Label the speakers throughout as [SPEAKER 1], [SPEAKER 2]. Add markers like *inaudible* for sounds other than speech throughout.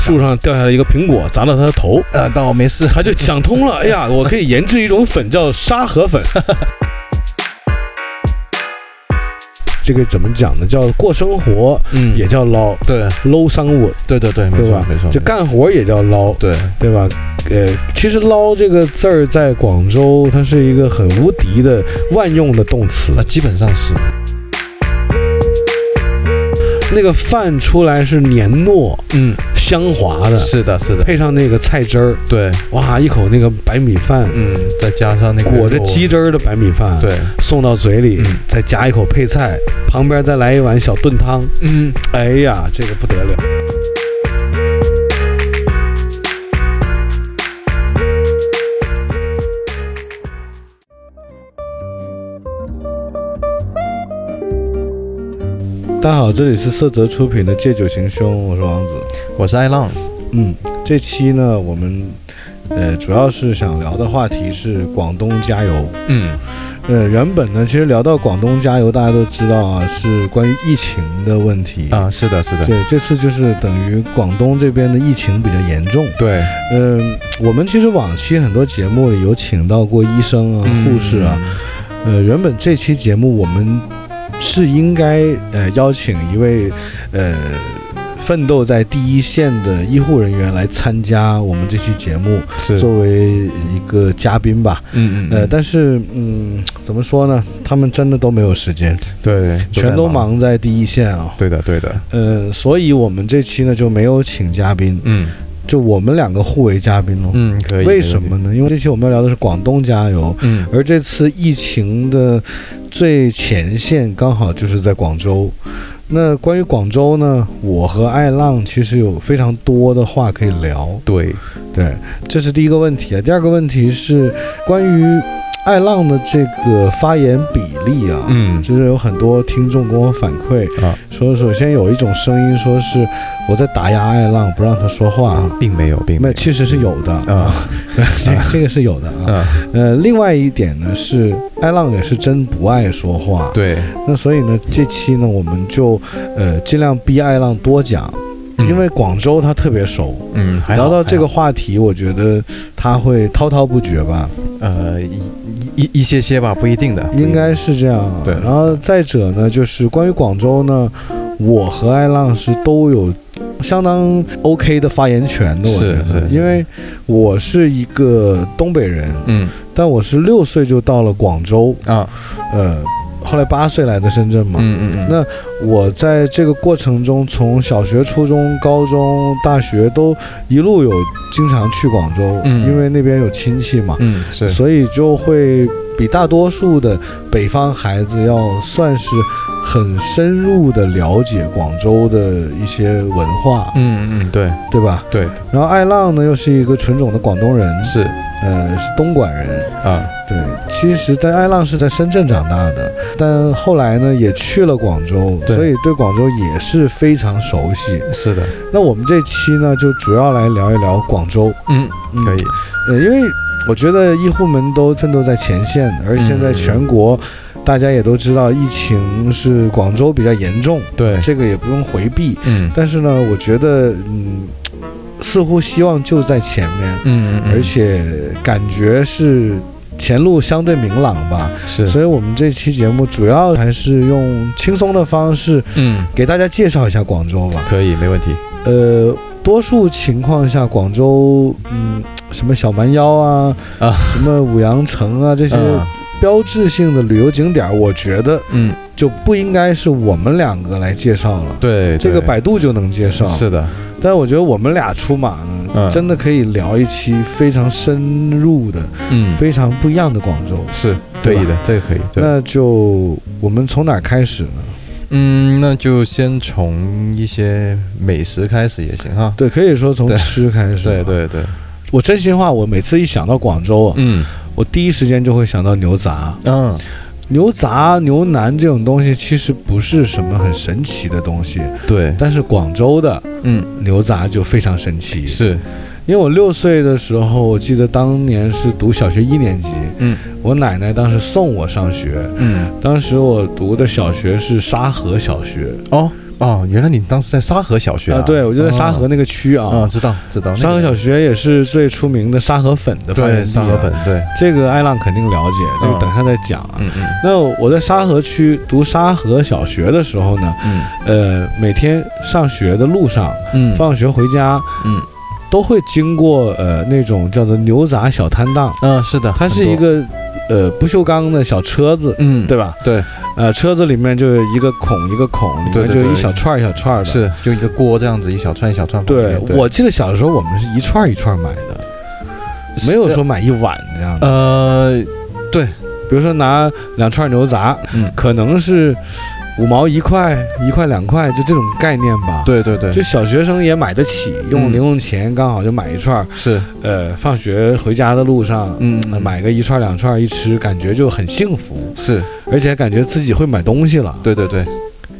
[SPEAKER 1] 树上掉下来一个苹果，砸到他的头，
[SPEAKER 2] 呃，当我没事。
[SPEAKER 1] 他就想通
[SPEAKER 2] *laughs*
[SPEAKER 1] 了，哎呀，我可以研制一种粉叫沙河粉。 *laughs* 这个怎么讲呢？叫过生活，
[SPEAKER 2] 嗯
[SPEAKER 1] 也叫捞
[SPEAKER 2] 对，
[SPEAKER 1] 捞商务，
[SPEAKER 2] 对对对，没
[SPEAKER 1] 对
[SPEAKER 2] 错
[SPEAKER 1] 吧
[SPEAKER 2] 没错，？
[SPEAKER 1] 就干活也叫捞，
[SPEAKER 2] 对，
[SPEAKER 1] 对吧？呃，其实“捞”这个字儿在广州，它是一个很无敌的万用的动词
[SPEAKER 2] 那。基本上是
[SPEAKER 1] 那个饭出来是黏糯
[SPEAKER 2] 嗯，
[SPEAKER 1] 香滑的，
[SPEAKER 2] 是的是的，
[SPEAKER 1] 配上那个菜汁儿，
[SPEAKER 2] 对，
[SPEAKER 1] 哇，一口那个白米饭，
[SPEAKER 2] 嗯，再加上那个
[SPEAKER 1] 裹着
[SPEAKER 2] 肉
[SPEAKER 1] 鸡，汁儿的白米饭，
[SPEAKER 2] 对，
[SPEAKER 1] 送到嘴里
[SPEAKER 2] 嗯，
[SPEAKER 1] 再夹一口配菜，旁边再来一碗小炖汤，
[SPEAKER 2] 嗯，
[SPEAKER 1] 哎呀，这个不得了。大家好，这里是色泽出品的《借酒行凶》，我是王子。
[SPEAKER 2] 我是爱浪，
[SPEAKER 1] 嗯，这期呢，我们呃主要是想聊的话题是广东加油。
[SPEAKER 2] 嗯，
[SPEAKER 1] 呃，原本呢，其实聊到广东加油，大家都知道啊，是关于疫情的问题。
[SPEAKER 2] 啊，是的是的，
[SPEAKER 1] 对，这次就是等于广东这边的疫情比较严重。
[SPEAKER 2] 对，
[SPEAKER 1] 嗯、我们其实往期很多节目里有请到过医生啊、
[SPEAKER 2] 嗯
[SPEAKER 1] 护士啊。，呃，原本这期节目我们是应该呃邀请一位呃奋斗在第一线的医护人员来参加我们这期节目，
[SPEAKER 2] 是，
[SPEAKER 1] 作为一个嘉宾吧。
[SPEAKER 2] 嗯嗯，
[SPEAKER 1] 呃，
[SPEAKER 2] 嗯
[SPEAKER 1] 但是嗯，怎么说呢？他们真的都没有时间，
[SPEAKER 2] 对，在
[SPEAKER 1] 全都，忙在第一线啊、
[SPEAKER 2] 对的对的，
[SPEAKER 1] 呃，所以我们这期呢就没有请嘉宾，
[SPEAKER 2] 嗯
[SPEAKER 1] 就我们两个互为嘉宾喽。
[SPEAKER 2] 嗯，可以，
[SPEAKER 1] 为
[SPEAKER 2] 没
[SPEAKER 1] 什
[SPEAKER 2] 问题
[SPEAKER 1] 么？呢？因为这期我们要聊的是广东加油，
[SPEAKER 2] 嗯，
[SPEAKER 1] 而这次疫情的最前线刚好就是在广州。那关于广州呢，我和艾浪其实有非常多的话可以聊。
[SPEAKER 2] 对，
[SPEAKER 1] 对，这是第一个问题啊。第二个问题是关于艾浪的这个发言比例啊，
[SPEAKER 2] 嗯
[SPEAKER 1] 就是有很多听众跟我反馈
[SPEAKER 2] 啊，
[SPEAKER 1] 说首先有一种声音说是我在打压艾浪，不让他说话。
[SPEAKER 2] 并没有，并没
[SPEAKER 1] 那
[SPEAKER 2] 有，
[SPEAKER 1] 其实是有的
[SPEAKER 2] 啊，
[SPEAKER 1] *laughs* 这这个是有的啊。
[SPEAKER 2] 嗯，
[SPEAKER 1] 呃，另外一点呢是，艾浪也是真不爱说话。
[SPEAKER 2] 对，
[SPEAKER 1] 那所以呢，这期呢我们就呃尽量逼艾浪多讲，
[SPEAKER 2] 嗯
[SPEAKER 1] 因为广州他特别熟，
[SPEAKER 2] 嗯，还好
[SPEAKER 1] 聊到这，
[SPEAKER 2] 还
[SPEAKER 1] 个话题，我觉得他会滔滔不绝吧，
[SPEAKER 2] 好呃，一一一一些些吧，不一定的，不一定
[SPEAKER 1] 应该是这样啊。
[SPEAKER 2] 对
[SPEAKER 1] 然后再者呢，就是关于广州呢，我和艾浪是都有相当 OK 的发言权的，我觉
[SPEAKER 2] 是
[SPEAKER 1] 得，
[SPEAKER 2] 是是
[SPEAKER 1] 因为我是一个东北人，
[SPEAKER 2] 嗯
[SPEAKER 1] 但我是六岁就到了广州，
[SPEAKER 2] 啊，
[SPEAKER 1] 呃，后来八岁来的深圳嘛。
[SPEAKER 2] 嗯嗯嗯，
[SPEAKER 1] 那我在这个过程中，从小学、初中、高中、大学都一路有经常去广州，
[SPEAKER 2] 嗯
[SPEAKER 1] 因为那边有亲戚嘛，
[SPEAKER 2] 嗯是，
[SPEAKER 1] 所以就会比大多数的北方孩子要算是很深入的了解广州的一些文化，
[SPEAKER 2] 嗯嗯嗯，对
[SPEAKER 1] 对吧？
[SPEAKER 2] 对
[SPEAKER 1] 然后艾浪呢，又是一个纯种的广东人，
[SPEAKER 2] 是
[SPEAKER 1] 呃，是东莞人。
[SPEAKER 2] 啊，
[SPEAKER 1] 对，其实但艾浪是在深圳长大的，但后来呢也去了广州，
[SPEAKER 2] 对
[SPEAKER 1] 所以对广州也是非常熟悉。
[SPEAKER 2] 是的，
[SPEAKER 1] 那我们这期呢，就主要来聊一聊广州，
[SPEAKER 2] 嗯，
[SPEAKER 1] 嗯
[SPEAKER 2] 可以，
[SPEAKER 1] 呃，因为我觉得医护们都奋斗在前线，而现在
[SPEAKER 2] 嗯
[SPEAKER 1] 全国。大家也都知道，疫情是广州比较严重，
[SPEAKER 2] 对，
[SPEAKER 1] 这个也不用回避。
[SPEAKER 2] 嗯
[SPEAKER 1] 但是呢，我觉得，嗯，似乎希望就在前面，
[SPEAKER 2] 嗯嗯，
[SPEAKER 1] 而且感觉是前路相对明朗吧。
[SPEAKER 2] 是，
[SPEAKER 1] 所以我们这期节目主要还是用轻松的方式
[SPEAKER 2] 嗯，
[SPEAKER 1] 给大家介绍一下广州吧。
[SPEAKER 2] 可以，没问题，
[SPEAKER 1] 呃，多数情况下，广州，嗯，什么小蛮腰啊，
[SPEAKER 2] 啊
[SPEAKER 1] 什么五羊城啊，这些
[SPEAKER 2] 嗯
[SPEAKER 1] 标志性的旅游景点儿，我觉得
[SPEAKER 2] 嗯，
[SPEAKER 1] 就不应该是我们两个来介绍了。
[SPEAKER 2] 对，
[SPEAKER 1] 这个
[SPEAKER 2] 对
[SPEAKER 1] 百度就能介绍，
[SPEAKER 2] 是的，
[SPEAKER 1] 但我觉得我们俩出马呢，
[SPEAKER 2] 嗯
[SPEAKER 1] 真的可以聊一期非常深入的、
[SPEAKER 2] 嗯，
[SPEAKER 1] 非常不一样的广州。
[SPEAKER 2] 是
[SPEAKER 1] 对
[SPEAKER 2] 对
[SPEAKER 1] 吧
[SPEAKER 2] 的，这个可以，对，
[SPEAKER 1] 那就我们从哪儿开始呢？
[SPEAKER 2] 嗯，那就先从一些美食开始也行哈，
[SPEAKER 1] 对，可以说从
[SPEAKER 2] 对
[SPEAKER 1] 吃开始。
[SPEAKER 2] 对，对对，
[SPEAKER 1] 我真心话，我每次一想到广州啊，
[SPEAKER 2] 嗯
[SPEAKER 1] 我第一时间就会想到牛杂。
[SPEAKER 2] 嗯，
[SPEAKER 1] 牛杂、牛腩这种东西其实不是什么很神奇的东西，
[SPEAKER 2] 对，
[SPEAKER 1] 但是广州的
[SPEAKER 2] 嗯
[SPEAKER 1] 牛杂就非常神奇，
[SPEAKER 2] 是，
[SPEAKER 1] 因为我六岁的时候，我记得当年是读小学一年级，
[SPEAKER 2] 嗯
[SPEAKER 1] 我奶奶当时送我上学，
[SPEAKER 2] 嗯，
[SPEAKER 1] 当时我读的小学是沙河小学
[SPEAKER 2] 哦哦，原来你当时在沙河小学
[SPEAKER 1] 啊，对，我就在沙河那个区啊。
[SPEAKER 2] 啊，知道知道，
[SPEAKER 1] 沙河小
[SPEAKER 2] 学
[SPEAKER 1] 学也是最出名的沙河粉的发源地啊
[SPEAKER 2] 对沙河粉，对，
[SPEAKER 1] 这个艾浪肯定了解，这个
[SPEAKER 2] 嗯
[SPEAKER 1] 等下再讲啊。
[SPEAKER 2] 嗯嗯
[SPEAKER 1] 那我在沙河区读沙河小学的时候呢，
[SPEAKER 2] 嗯
[SPEAKER 1] 呃，每天上学的路上，
[SPEAKER 2] 嗯，
[SPEAKER 1] 放学回家
[SPEAKER 2] 嗯
[SPEAKER 1] 都会经过呃那种叫做牛杂小摊档，
[SPEAKER 2] 嗯是的，
[SPEAKER 1] 它是一
[SPEAKER 2] 很多
[SPEAKER 1] 个呃不锈钢的小车子，
[SPEAKER 2] 嗯
[SPEAKER 1] 对吧？
[SPEAKER 2] 对
[SPEAKER 1] 呃，车子里面就有一个孔一个孔，里
[SPEAKER 2] 对
[SPEAKER 1] 面
[SPEAKER 2] 对
[SPEAKER 1] 就有一
[SPEAKER 2] 对
[SPEAKER 1] 小串儿一小串儿的。。
[SPEAKER 2] 是就一个锅这样子一小串一小串放里
[SPEAKER 1] 对
[SPEAKER 2] 面，，
[SPEAKER 1] 我记得小时候我们是一串儿一串儿买的，没有说买一碗这样的。
[SPEAKER 2] 呃对
[SPEAKER 1] 比如说拿两串牛杂，
[SPEAKER 2] 嗯
[SPEAKER 1] 可能是五毛一块、一块两块，就这种概念吧。，
[SPEAKER 2] 对对对
[SPEAKER 1] 就小学生也买得起，用
[SPEAKER 2] 嗯
[SPEAKER 1] 零用钱刚好就买一串儿。
[SPEAKER 2] 是
[SPEAKER 1] 呃，放学回家的路上，
[SPEAKER 2] 嗯
[SPEAKER 1] 呃买个一串儿两串儿一吃，感觉就很幸福，
[SPEAKER 2] 是
[SPEAKER 1] 而且感觉自己会买东西了。
[SPEAKER 2] 对对对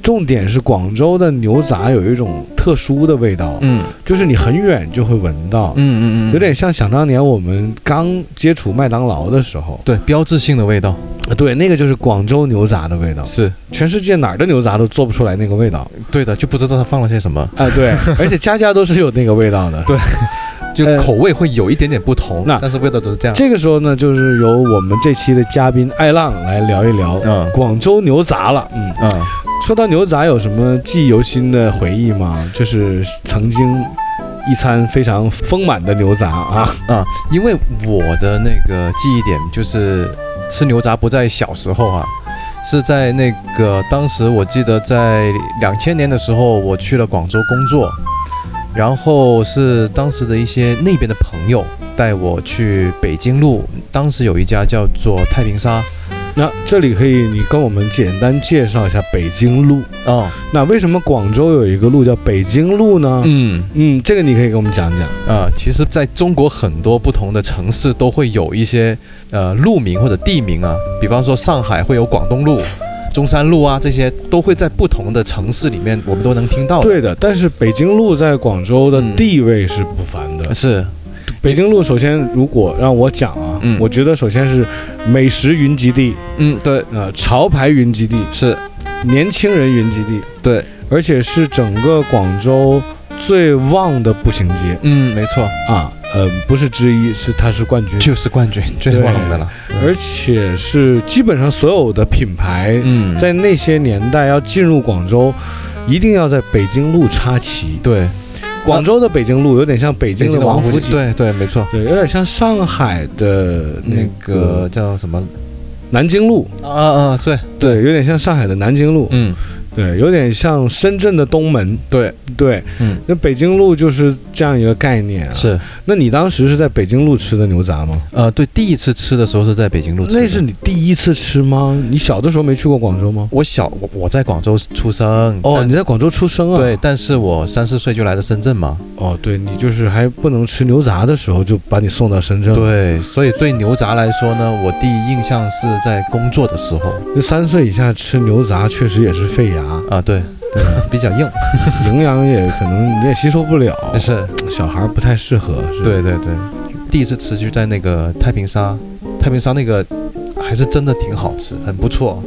[SPEAKER 1] 重点是广州的牛杂有一种特殊的味道，
[SPEAKER 2] 嗯
[SPEAKER 1] 就是你很远就会闻到
[SPEAKER 2] 嗯，嗯嗯
[SPEAKER 1] 有点像想当年我们刚接触麦当劳的时候，
[SPEAKER 2] 对标志性的味道
[SPEAKER 1] 对，那个就是广州牛杂的味道。
[SPEAKER 2] 是
[SPEAKER 1] 全世界哪儿的牛杂都做不出来那个味道
[SPEAKER 2] 对的，就不知道它放了些什么，
[SPEAKER 1] 啊！对， *laughs* 而且家家都是有那个味道的。
[SPEAKER 2] 对就
[SPEAKER 1] 呃
[SPEAKER 2] 口味会有一点点不同，
[SPEAKER 1] 那
[SPEAKER 2] 但是味道都是这样。
[SPEAKER 1] 这个时候呢，就是由我们这期的嘉宾艾浪来聊一聊
[SPEAKER 2] 嗯
[SPEAKER 1] 广州牛杂了。嗯，
[SPEAKER 2] 嗯，
[SPEAKER 1] 说到牛杂，有什么记忆犹新的回忆吗？就是曾经一餐非常丰满的牛杂啊， *laughs*
[SPEAKER 2] 啊，因为我的那个记忆点就是吃牛杂不在小时候啊，是在那个当时我记得在两千年的时候，我去了广州工作，然后是当时的一些那边的朋友带我去北京路，当时有一家叫做太平沙，
[SPEAKER 1] 那这里可以你跟我们简单介绍一下北京路。
[SPEAKER 2] 哦，
[SPEAKER 1] 那为什么广州有一个路叫北京路呢？
[SPEAKER 2] 嗯。
[SPEAKER 1] 嗯，这个你可以给我们讲讲。
[SPEAKER 2] 呃，其实在中国很多不同的城市都会有一些呃路名或者地名啊，比方说上海会有广东路、中山路啊，这些都会在不同的城市里面我们都能听到的。
[SPEAKER 1] 对的，但是北京路在广州的
[SPEAKER 2] 嗯
[SPEAKER 1] 地位是不凡的。
[SPEAKER 2] 是，
[SPEAKER 1] 北京路首先，如果让我讲啊，
[SPEAKER 2] 嗯
[SPEAKER 1] 我觉得首先是美食云集地，
[SPEAKER 2] 嗯，对，
[SPEAKER 1] 呃，潮牌云集地，
[SPEAKER 2] 是，
[SPEAKER 1] 年轻人云集地，
[SPEAKER 2] 对，
[SPEAKER 1] 而且是整个广州最旺的步行街
[SPEAKER 2] 嗯，没错，
[SPEAKER 1] 啊，呃，不是之一，是它是冠军，
[SPEAKER 2] 就是嗯冠军最旺的了。
[SPEAKER 1] 而且是基本上所有的品牌
[SPEAKER 2] 嗯，
[SPEAKER 1] 在那些年代要进入广州，一定要在北京路插旗。
[SPEAKER 2] 对
[SPEAKER 1] 广州的北京路有点像北
[SPEAKER 2] 北
[SPEAKER 1] 京
[SPEAKER 2] 京
[SPEAKER 1] 的
[SPEAKER 2] 的
[SPEAKER 1] 王
[SPEAKER 2] 王
[SPEAKER 1] 府
[SPEAKER 2] 府
[SPEAKER 1] 井，
[SPEAKER 2] 井，呃对对，没错，
[SPEAKER 1] 对，有点像上海的
[SPEAKER 2] 那
[SPEAKER 1] 那
[SPEAKER 2] 个
[SPEAKER 1] 个
[SPEAKER 2] 叫什么
[SPEAKER 1] 南京路，
[SPEAKER 2] 啊啊，对
[SPEAKER 1] 对，，有点像上海的南京路，
[SPEAKER 2] 嗯，
[SPEAKER 1] 对，有点像深圳的东门，
[SPEAKER 2] 对，
[SPEAKER 1] 对，
[SPEAKER 2] 嗯，
[SPEAKER 1] 那北京路就是这样一个概念啊。，
[SPEAKER 2] 是，
[SPEAKER 1] 那你当时是在北京路吃的牛杂吗？
[SPEAKER 2] 呃，对，第一次吃的时候是在北京路吃的，
[SPEAKER 1] 那是你第一次吃吗？你小的时候没去过广州吗？
[SPEAKER 2] 我小我我在广州出生
[SPEAKER 1] 哦，
[SPEAKER 2] 但
[SPEAKER 1] 你在广州出生啊？
[SPEAKER 2] 呃对，，但是我三四岁就来到深圳嘛，
[SPEAKER 1] 哦，对你就是还不能吃牛杂的时候，就把你送到
[SPEAKER 2] 嗯
[SPEAKER 1] 深圳。，
[SPEAKER 2] 对，所以对牛杂来说呢，我第一印象是在工作的时候
[SPEAKER 1] 那三岁以下吃牛杂确实也是费
[SPEAKER 2] *laughs*
[SPEAKER 1] 牙，
[SPEAKER 2] 啊，对， *laughs* 比较硬，
[SPEAKER 1] 营养也可能你也吸收不了，
[SPEAKER 2] 是，
[SPEAKER 1] 小孩不太适合。是吧
[SPEAKER 2] 对对对，第一次吃就在那个太平沙，太平沙那个还是真的挺好吃，很不错，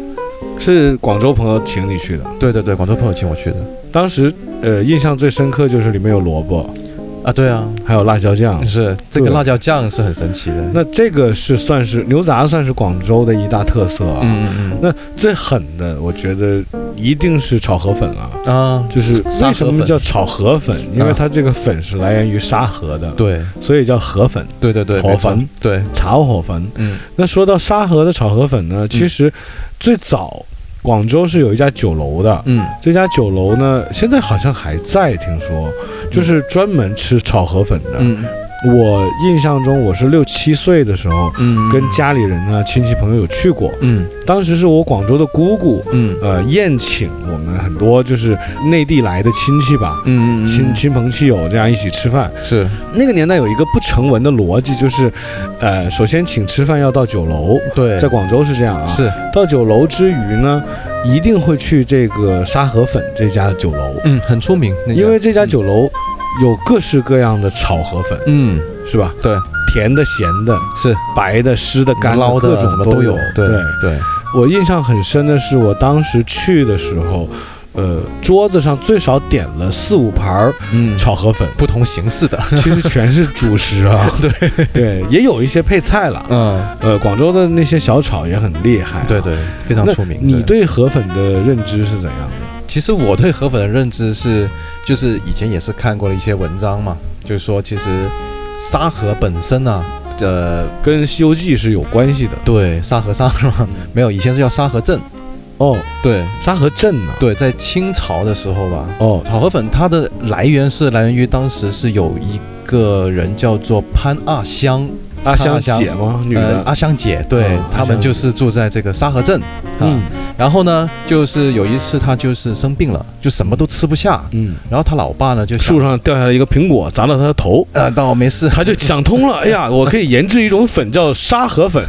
[SPEAKER 1] 是广州朋友请你去的。
[SPEAKER 2] 对对对，广州朋友请我去的
[SPEAKER 1] 当时呃，印象最深刻就是里面有萝卜，
[SPEAKER 2] 啊，对啊，
[SPEAKER 1] 还有辣椒酱。
[SPEAKER 2] 是这个
[SPEAKER 1] 对
[SPEAKER 2] 辣椒酱是很神奇的，
[SPEAKER 1] 那这个是算是牛杂，算是广州的一大特色啊。
[SPEAKER 2] 嗯嗯
[SPEAKER 1] 那最狠的，我觉得一定是炒河粉了。
[SPEAKER 2] 嗯啊，
[SPEAKER 1] 就是
[SPEAKER 2] 沙
[SPEAKER 1] 为
[SPEAKER 2] 河
[SPEAKER 1] 什么
[SPEAKER 2] 粉
[SPEAKER 1] 叫炒河粉？因为
[SPEAKER 2] 啊
[SPEAKER 1] 它这个粉是来源于沙河的，
[SPEAKER 2] 对
[SPEAKER 1] 所以叫河粉、
[SPEAKER 2] 对对对，
[SPEAKER 1] 火
[SPEAKER 2] 没错
[SPEAKER 1] 焚，
[SPEAKER 2] 对，
[SPEAKER 1] 炒河粉。
[SPEAKER 2] 嗯
[SPEAKER 1] 那说到沙河的炒河粉呢，其实最早广州是有一家酒楼的，
[SPEAKER 2] 嗯
[SPEAKER 1] 这家酒楼呢，现在好像还在，听说，就是专门吃炒河粉的。
[SPEAKER 2] 嗯
[SPEAKER 1] 我印象中，我是六七岁的时候，
[SPEAKER 2] 嗯，
[SPEAKER 1] 跟家里人啊、亲戚朋友有去过。
[SPEAKER 2] 嗯
[SPEAKER 1] 当时是我广州的姑姑，
[SPEAKER 2] 嗯
[SPEAKER 1] 呃，宴请我们很多就是内地来的亲戚吧，
[SPEAKER 2] 嗯嗯，
[SPEAKER 1] 亲亲朋戚友这样一起吃饭。
[SPEAKER 2] 是
[SPEAKER 1] 那个年代有一个不成文的逻辑，就是，呃，首先请吃饭要到酒楼，
[SPEAKER 2] 对
[SPEAKER 1] 在广州是这样啊。
[SPEAKER 2] 是，
[SPEAKER 1] 到酒楼之余呢，一定会去这个沙河粉这家酒楼。
[SPEAKER 2] 嗯，很出名，那
[SPEAKER 1] 因
[SPEAKER 2] 家
[SPEAKER 1] 为这家酒楼有各式各样的炒河粉，
[SPEAKER 2] 嗯，
[SPEAKER 1] 是吧？
[SPEAKER 2] 对，
[SPEAKER 1] 甜的、咸的、
[SPEAKER 2] 是
[SPEAKER 1] 白的、湿的、干
[SPEAKER 2] 捞
[SPEAKER 1] 各
[SPEAKER 2] 的
[SPEAKER 1] 种
[SPEAKER 2] 什么
[SPEAKER 1] 都
[SPEAKER 2] 有，对
[SPEAKER 1] 对
[SPEAKER 2] 对，
[SPEAKER 1] 我印象很深的是，我当时去的时候，呃，桌子上最少点了四五盘儿
[SPEAKER 2] 嗯，
[SPEAKER 1] 炒河粉，
[SPEAKER 2] 不同形式的，
[SPEAKER 1] 其实全是主食啊。对对，也有一些配菜了。 *laughs*
[SPEAKER 2] 嗯，
[SPEAKER 1] 呃，广州的那些小炒也很厉害、
[SPEAKER 2] 对，对，非常
[SPEAKER 1] 那
[SPEAKER 2] 出名。
[SPEAKER 1] 你对河粉的认知是怎样的？
[SPEAKER 2] 其实我对河粉的认知是，就是以前也是看过了一些文章嘛，就是说其实沙河本身呢、呃，
[SPEAKER 1] 跟《西游记》是有关系的
[SPEAKER 2] 对，沙河沙是吧？
[SPEAKER 1] 嗯
[SPEAKER 2] 没有，以前是叫沙河镇。
[SPEAKER 1] 哦。
[SPEAKER 2] 对
[SPEAKER 1] 沙河镇呢、
[SPEAKER 2] 对，在清朝的时候吧，
[SPEAKER 1] 哦，
[SPEAKER 2] 炒河粉它的来源是来源于当时是有一个人叫做潘二香，
[SPEAKER 1] 阿香
[SPEAKER 2] 阿香
[SPEAKER 1] 姐吗？女
[SPEAKER 2] 呃
[SPEAKER 1] 的。啊
[SPEAKER 2] 阿香姐，对、
[SPEAKER 1] 嗯阿
[SPEAKER 2] 他
[SPEAKER 1] 香
[SPEAKER 2] 们
[SPEAKER 1] 姐
[SPEAKER 2] 就是住在这个沙河镇，啊、
[SPEAKER 1] 嗯
[SPEAKER 2] 然后呢，就是有一次她就是生病了，就什么都吃不下，
[SPEAKER 1] 嗯，
[SPEAKER 2] 然后她老爸呢就想
[SPEAKER 1] 树上掉下来一个苹果，砸到她的头。
[SPEAKER 2] 呃，倒没事，
[SPEAKER 1] 他就想通了，哎呀，我可以研制一种粉叫沙河粉，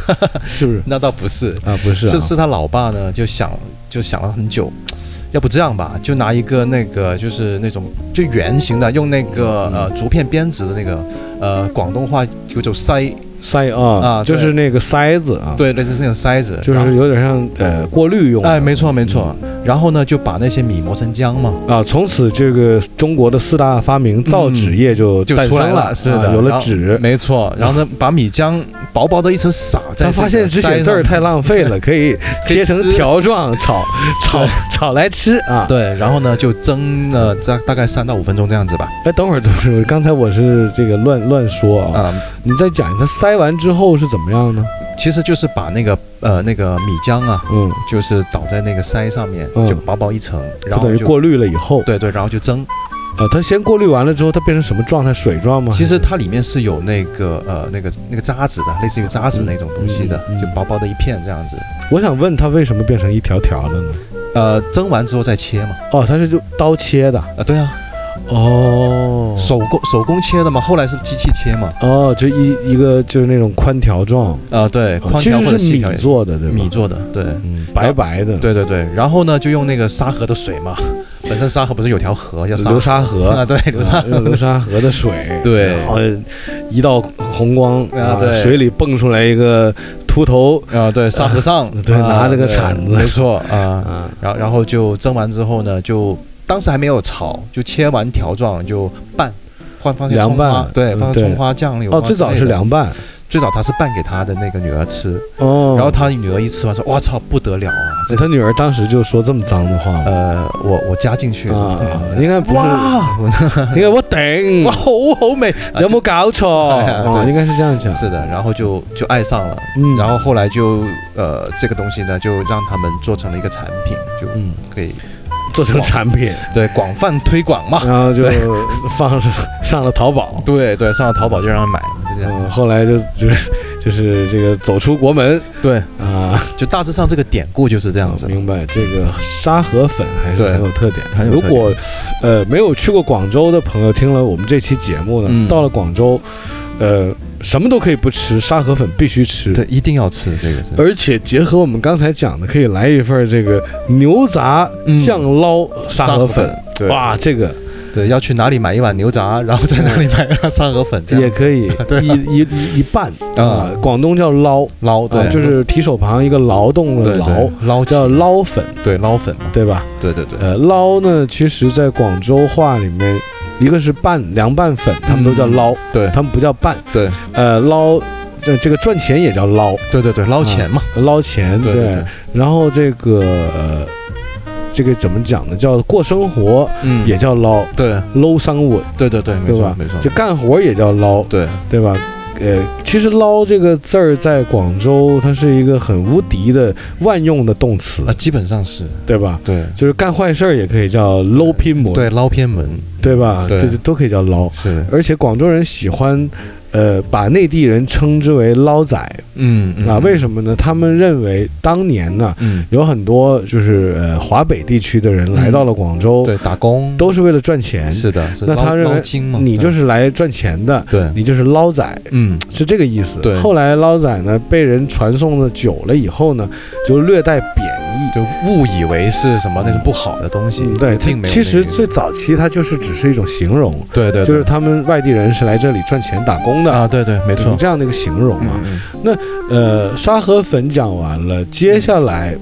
[SPEAKER 1] 是不是？
[SPEAKER 2] *laughs* 那倒不是，
[SPEAKER 1] 啊，不是、啊，
[SPEAKER 2] 是是他老爸呢就想就想了很久，要不这样吧，就拿一个那个就是那种就圆形的，用那个呃竹片编织的那个呃广东话有种筛，
[SPEAKER 1] 筛啊，
[SPEAKER 2] 啊
[SPEAKER 1] 就
[SPEAKER 2] 对
[SPEAKER 1] 是那个筛子啊，，
[SPEAKER 2] 对，类似那种筛子，
[SPEAKER 1] 就
[SPEAKER 2] 然
[SPEAKER 1] 是嗯
[SPEAKER 2] 后
[SPEAKER 1] 有点像呃过滤用的，
[SPEAKER 2] 哎，没错没错，然后呢就把那些米磨成浆嘛，
[SPEAKER 1] 啊，从此这个中国的四大发明造纸业就
[SPEAKER 2] 嗯就
[SPEAKER 1] 诞
[SPEAKER 2] 出
[SPEAKER 1] 生
[SPEAKER 2] 来了，是的，
[SPEAKER 1] 啊有
[SPEAKER 2] 然
[SPEAKER 1] 了
[SPEAKER 2] 后
[SPEAKER 1] 纸。
[SPEAKER 2] 没错，然后呢把米浆薄薄的一层撒在
[SPEAKER 1] 他
[SPEAKER 2] 这个
[SPEAKER 1] 发现
[SPEAKER 2] 筛上，
[SPEAKER 1] 只写字儿太浪费了，可
[SPEAKER 2] *laughs*
[SPEAKER 1] 以切成条状炒炒炒来吃啊。
[SPEAKER 2] 对，然后呢就蒸了大大概三到五分钟这样子吧，
[SPEAKER 1] 哎，等会儿，等会儿，刚才我是这个乱乱说啊，
[SPEAKER 2] 啊、
[SPEAKER 1] 你再讲一下，筛完之后是怎么样呢？
[SPEAKER 2] 其实就是把那个呃那个米浆啊，
[SPEAKER 1] 嗯，
[SPEAKER 2] 就是倒在那个筛上面，
[SPEAKER 1] 嗯
[SPEAKER 2] 就薄薄一层，
[SPEAKER 1] 就
[SPEAKER 2] 然后
[SPEAKER 1] 等于
[SPEAKER 2] 就
[SPEAKER 1] 过滤了以后，
[SPEAKER 2] 对对，然后就蒸。
[SPEAKER 1] 啊，它先过滤完了之后，它变成什么状态？水状吗？
[SPEAKER 2] 其实它里面是有那个呃那个那个渣子的，类似于渣子那种东西的，
[SPEAKER 1] 嗯嗯
[SPEAKER 2] 就薄薄的一片这样子。
[SPEAKER 1] 我想问它为什么变成一条条的呢？
[SPEAKER 2] 呃，蒸完之后再切嘛。
[SPEAKER 1] 哦，它是就刀切的
[SPEAKER 2] 啊、对啊，
[SPEAKER 1] 哦
[SPEAKER 2] 手工手工切的嘛，后来是机器切嘛。
[SPEAKER 1] 哦，就一一个就是那种宽条状，
[SPEAKER 2] 啊，对，宽
[SPEAKER 1] 哦其
[SPEAKER 2] 条或
[SPEAKER 1] 实
[SPEAKER 2] 者
[SPEAKER 1] 是
[SPEAKER 2] 细
[SPEAKER 1] 米
[SPEAKER 2] 条也
[SPEAKER 1] 做的，对吧？
[SPEAKER 2] 米，做的，对。
[SPEAKER 1] 嗯，白白的，，
[SPEAKER 2] 对对对，然后呢，就用那个沙河的水嘛，本身沙河不是有条河叫沙
[SPEAKER 1] 流沙河，
[SPEAKER 2] 啊，对，流沙
[SPEAKER 1] 啊用 *laughs* 流沙河的水，
[SPEAKER 2] 对
[SPEAKER 1] 然后一道红光
[SPEAKER 2] 啊对
[SPEAKER 1] 水里蹦出来一个秃头，，
[SPEAKER 2] *laughs* 啊，对，沙和尚
[SPEAKER 1] *laughs* 对
[SPEAKER 2] 啊
[SPEAKER 1] 拿着个
[SPEAKER 2] 对
[SPEAKER 1] 铲子
[SPEAKER 2] 没错啊，
[SPEAKER 1] 啊，
[SPEAKER 2] 然后然后就蒸完之后呢，就当时还没有炒，就切完条状就拌，换放些
[SPEAKER 1] 凉
[SPEAKER 2] 葱花
[SPEAKER 1] 拌，
[SPEAKER 2] 对，
[SPEAKER 1] 嗯
[SPEAKER 2] 放
[SPEAKER 1] 对
[SPEAKER 2] 些葱花酱油啊
[SPEAKER 1] 哦，最早
[SPEAKER 2] 之类
[SPEAKER 1] 是
[SPEAKER 2] 的，
[SPEAKER 1] 凉拌，
[SPEAKER 2] 最早他是拌给他的那个女儿吃，
[SPEAKER 1] 哦，
[SPEAKER 2] 然后他女儿一吃完说，我操，不得了啊，这
[SPEAKER 1] 他女儿当时就说这么脏的话吗？
[SPEAKER 2] 呃，我我加进去，
[SPEAKER 1] 啊，应该不是，
[SPEAKER 2] *laughs* 哇，
[SPEAKER 1] 应该我顶
[SPEAKER 2] 哇，，好好美，啊
[SPEAKER 1] 有没有搞错？
[SPEAKER 2] 哎呀
[SPEAKER 1] *laughs* 啊
[SPEAKER 2] 对
[SPEAKER 1] 应该是这样讲，
[SPEAKER 2] 是的，然后就就爱上了。
[SPEAKER 1] 嗯，
[SPEAKER 2] 然后后来就呃，这个东西呢，就让他们做成了一个产品，就
[SPEAKER 1] 嗯，
[SPEAKER 2] 可以嗯
[SPEAKER 1] 做成产品，
[SPEAKER 2] 对广泛推广嘛。
[SPEAKER 1] *laughs* 然后就放上了淘宝，
[SPEAKER 2] 对对，上了淘宝就让人买，就这样。
[SPEAKER 1] 嗯，后来就就是就是这个走出国门
[SPEAKER 2] 对，嗯
[SPEAKER 1] 啊，
[SPEAKER 2] 就大致上这个典故就是这样子。
[SPEAKER 1] 明白这个沙河粉还是
[SPEAKER 2] 对
[SPEAKER 1] 很有特点。
[SPEAKER 2] 很有
[SPEAKER 1] 如
[SPEAKER 2] 特点
[SPEAKER 1] 果呃没有去过广州的朋友，听了我们这期节目呢，
[SPEAKER 2] 嗯
[SPEAKER 1] 到了广州，呃，什么都可以不吃，沙河粉必须吃。
[SPEAKER 2] 对，一定要吃这个是。
[SPEAKER 1] 而且结合我们刚才讲的，可以来一份这个牛杂
[SPEAKER 2] 嗯
[SPEAKER 1] 酱捞沙河粉，，
[SPEAKER 2] 对
[SPEAKER 1] 哇，这个
[SPEAKER 2] 对，要去哪里买一碗牛杂，然后在哪里买一 *laughs* 碗沙河粉，这
[SPEAKER 1] 也
[SPEAKER 2] 样
[SPEAKER 1] 可以
[SPEAKER 2] 对啊
[SPEAKER 1] 一一一一半
[SPEAKER 2] 啊
[SPEAKER 1] 啊，广东叫捞，
[SPEAKER 2] 捞
[SPEAKER 1] 啊
[SPEAKER 2] 对，
[SPEAKER 1] 就是提手旁一个劳动的
[SPEAKER 2] 对
[SPEAKER 1] 劳
[SPEAKER 2] 对，捞
[SPEAKER 1] 叫
[SPEAKER 2] 起
[SPEAKER 1] 捞粉，
[SPEAKER 2] 对捞粉嘛，
[SPEAKER 1] 对吧？
[SPEAKER 2] 对对对，
[SPEAKER 1] 呃，捞呢，其实在广州话里面，一个是拌凉拌粉，他们都叫捞，
[SPEAKER 2] 嗯对
[SPEAKER 1] 他们不叫拌。
[SPEAKER 2] 对
[SPEAKER 1] 呃，捞这这个赚钱也叫捞，
[SPEAKER 2] 对对对，捞钱嘛，
[SPEAKER 1] 捞钱
[SPEAKER 2] 对嗯对，
[SPEAKER 1] 然后这个呃，这个怎么讲呢？叫过生活
[SPEAKER 2] 嗯
[SPEAKER 1] 也叫捞，
[SPEAKER 2] 对
[SPEAKER 1] 捞生活
[SPEAKER 2] 对对对，没
[SPEAKER 1] 对
[SPEAKER 2] 错
[SPEAKER 1] 吧
[SPEAKER 2] 没错
[SPEAKER 1] 就，干活也叫捞，
[SPEAKER 2] 对
[SPEAKER 1] 对吧？呃，其实“捞”这个字儿在广州，它是一个很无敌的万用的动词，
[SPEAKER 2] 啊，基本上是
[SPEAKER 1] 对吧？
[SPEAKER 2] 对
[SPEAKER 1] 就是干坏事儿也可以叫捞偏门，
[SPEAKER 2] 对捞偏门
[SPEAKER 1] 对吧？
[SPEAKER 2] 对
[SPEAKER 1] 这就都可以叫捞。
[SPEAKER 2] 是的，
[SPEAKER 1] 而且广州人喜欢，呃，把内地人称之为“捞仔”
[SPEAKER 2] 嗯
[SPEAKER 1] 啊？为
[SPEAKER 2] 么？
[SPEAKER 1] 什么呢？他们认为当年呢，
[SPEAKER 2] 嗯，
[SPEAKER 1] 有很多就是呃华北地区的人来到了广州，
[SPEAKER 2] 嗯对，打工
[SPEAKER 1] 都是为了赚钱。
[SPEAKER 2] 是的，是
[SPEAKER 1] 那
[SPEAKER 2] 捞
[SPEAKER 1] 他认为
[SPEAKER 2] 捞金嘛，嗯
[SPEAKER 1] 你就是是来赚钱的，
[SPEAKER 2] 对，
[SPEAKER 1] 你就是捞仔，
[SPEAKER 2] 嗯，
[SPEAKER 1] 是这个意思。
[SPEAKER 2] 对
[SPEAKER 1] 后来捞仔呢被人传颂的久了以后呢，就略带贬义。
[SPEAKER 2] 就误以为是什么那种不好的东西，
[SPEAKER 1] 嗯，对，它
[SPEAKER 2] 并没有那个
[SPEAKER 1] 其
[SPEAKER 2] 意思。
[SPEAKER 1] 实最早期它就是只是一种形容，
[SPEAKER 2] 对对，对
[SPEAKER 1] 就是他们外地人是来这里赚钱打工的，
[SPEAKER 2] 啊，对对，没
[SPEAKER 1] 没
[SPEAKER 2] 错。
[SPEAKER 1] 这样的一个形容嘛。
[SPEAKER 2] 嗯
[SPEAKER 1] 呃，沙河粉讲完了，接下来，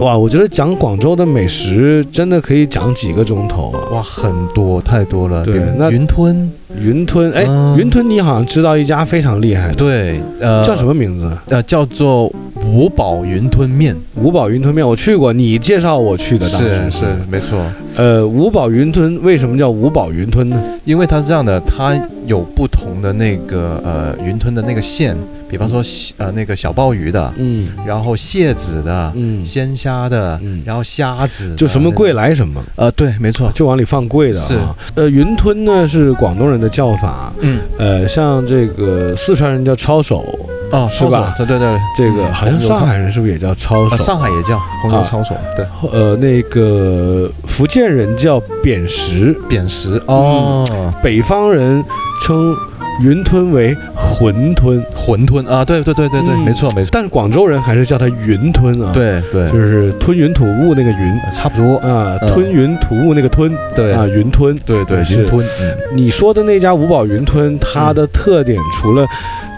[SPEAKER 1] 哇，我觉得讲广州的美食真的可以讲几个钟头啊。
[SPEAKER 2] 哇，很多太多了。
[SPEAKER 1] 对
[SPEAKER 2] 云
[SPEAKER 1] 那
[SPEAKER 2] 云吞，
[SPEAKER 1] 云吞，哎，
[SPEAKER 2] 嗯
[SPEAKER 1] 云吞你好像知道一家非常厉害的，
[SPEAKER 2] 对，呃，
[SPEAKER 1] 叫什？么名字？
[SPEAKER 2] 呃，叫做五宝云吞面。
[SPEAKER 1] 五宝云吞面，我去过，你介绍我去的，当时
[SPEAKER 2] 是是，没错。
[SPEAKER 1] 呃，五宝云吞为什么叫五宝云吞呢？
[SPEAKER 2] 因为它是这样的，它有不同的那个呃云吞的那个馅，比方说西呃那个小鲍鱼的，
[SPEAKER 1] 嗯
[SPEAKER 2] 然后蟹子的，
[SPEAKER 1] 嗯，
[SPEAKER 2] 鲜虾的，
[SPEAKER 1] 嗯
[SPEAKER 2] 然后虾子的，
[SPEAKER 1] 就什么贵来什么，
[SPEAKER 2] 呃，对，没错，
[SPEAKER 1] 就往里放贵的、啊。
[SPEAKER 2] 是，
[SPEAKER 1] 呃，云吞呢是广东人的叫法，
[SPEAKER 2] 嗯，
[SPEAKER 1] 呃，像这个四川人叫抄手，
[SPEAKER 2] 哦，
[SPEAKER 1] 是吧
[SPEAKER 2] 抄手？对对对，
[SPEAKER 1] 这个
[SPEAKER 2] 嗯
[SPEAKER 1] 好像
[SPEAKER 2] 红油抄
[SPEAKER 1] 上海人是不是也叫抄手？
[SPEAKER 2] 呃上海也叫红油
[SPEAKER 1] 啊
[SPEAKER 2] 抄手，对，
[SPEAKER 1] 呃，那个福建人叫扁食，
[SPEAKER 2] 扁食哦，
[SPEAKER 1] 北方人称云吞为馄饨，
[SPEAKER 2] 馄饨啊，对对对对对，
[SPEAKER 1] 嗯
[SPEAKER 2] 没错没错，
[SPEAKER 1] 但是广州人还是叫它云吞啊，，
[SPEAKER 2] 对对，
[SPEAKER 1] 就是吞云吐雾那个云
[SPEAKER 2] 呃差不多，
[SPEAKER 1] 啊，
[SPEAKER 2] 嗯
[SPEAKER 1] 吞云吐雾那个吞
[SPEAKER 2] 对
[SPEAKER 1] 啊，云吞。
[SPEAKER 2] 对对，
[SPEAKER 1] 是
[SPEAKER 2] 云吞，嗯
[SPEAKER 1] 你说的那家五宝云吞，它的特点除了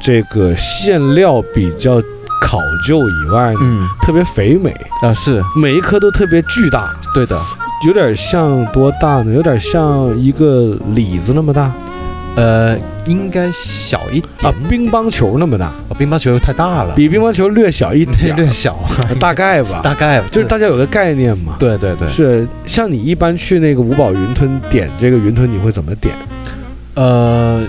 [SPEAKER 1] 这个馅料比较考究以外呢，
[SPEAKER 2] 嗯
[SPEAKER 1] 特别肥美，
[SPEAKER 2] 啊是
[SPEAKER 1] 每一颗都特别巨大，
[SPEAKER 2] 对的，
[SPEAKER 1] 有点像多大呢？有点像一个李子那么大
[SPEAKER 2] 呃，应该小一点
[SPEAKER 1] 啊，乒乓球那么大，
[SPEAKER 2] 哦乒乓球太大了，
[SPEAKER 1] 比乒乓球略小
[SPEAKER 2] *laughs*
[SPEAKER 1] 一点
[SPEAKER 2] 略
[SPEAKER 1] 儿，
[SPEAKER 2] 小，
[SPEAKER 1] 大概吧，
[SPEAKER 2] 大概吧
[SPEAKER 1] 就是大家有个概念嘛。
[SPEAKER 2] 对对对，
[SPEAKER 1] 是像你一般去那个五宝云吞点这个云吞，你会怎么点？
[SPEAKER 2] 呃，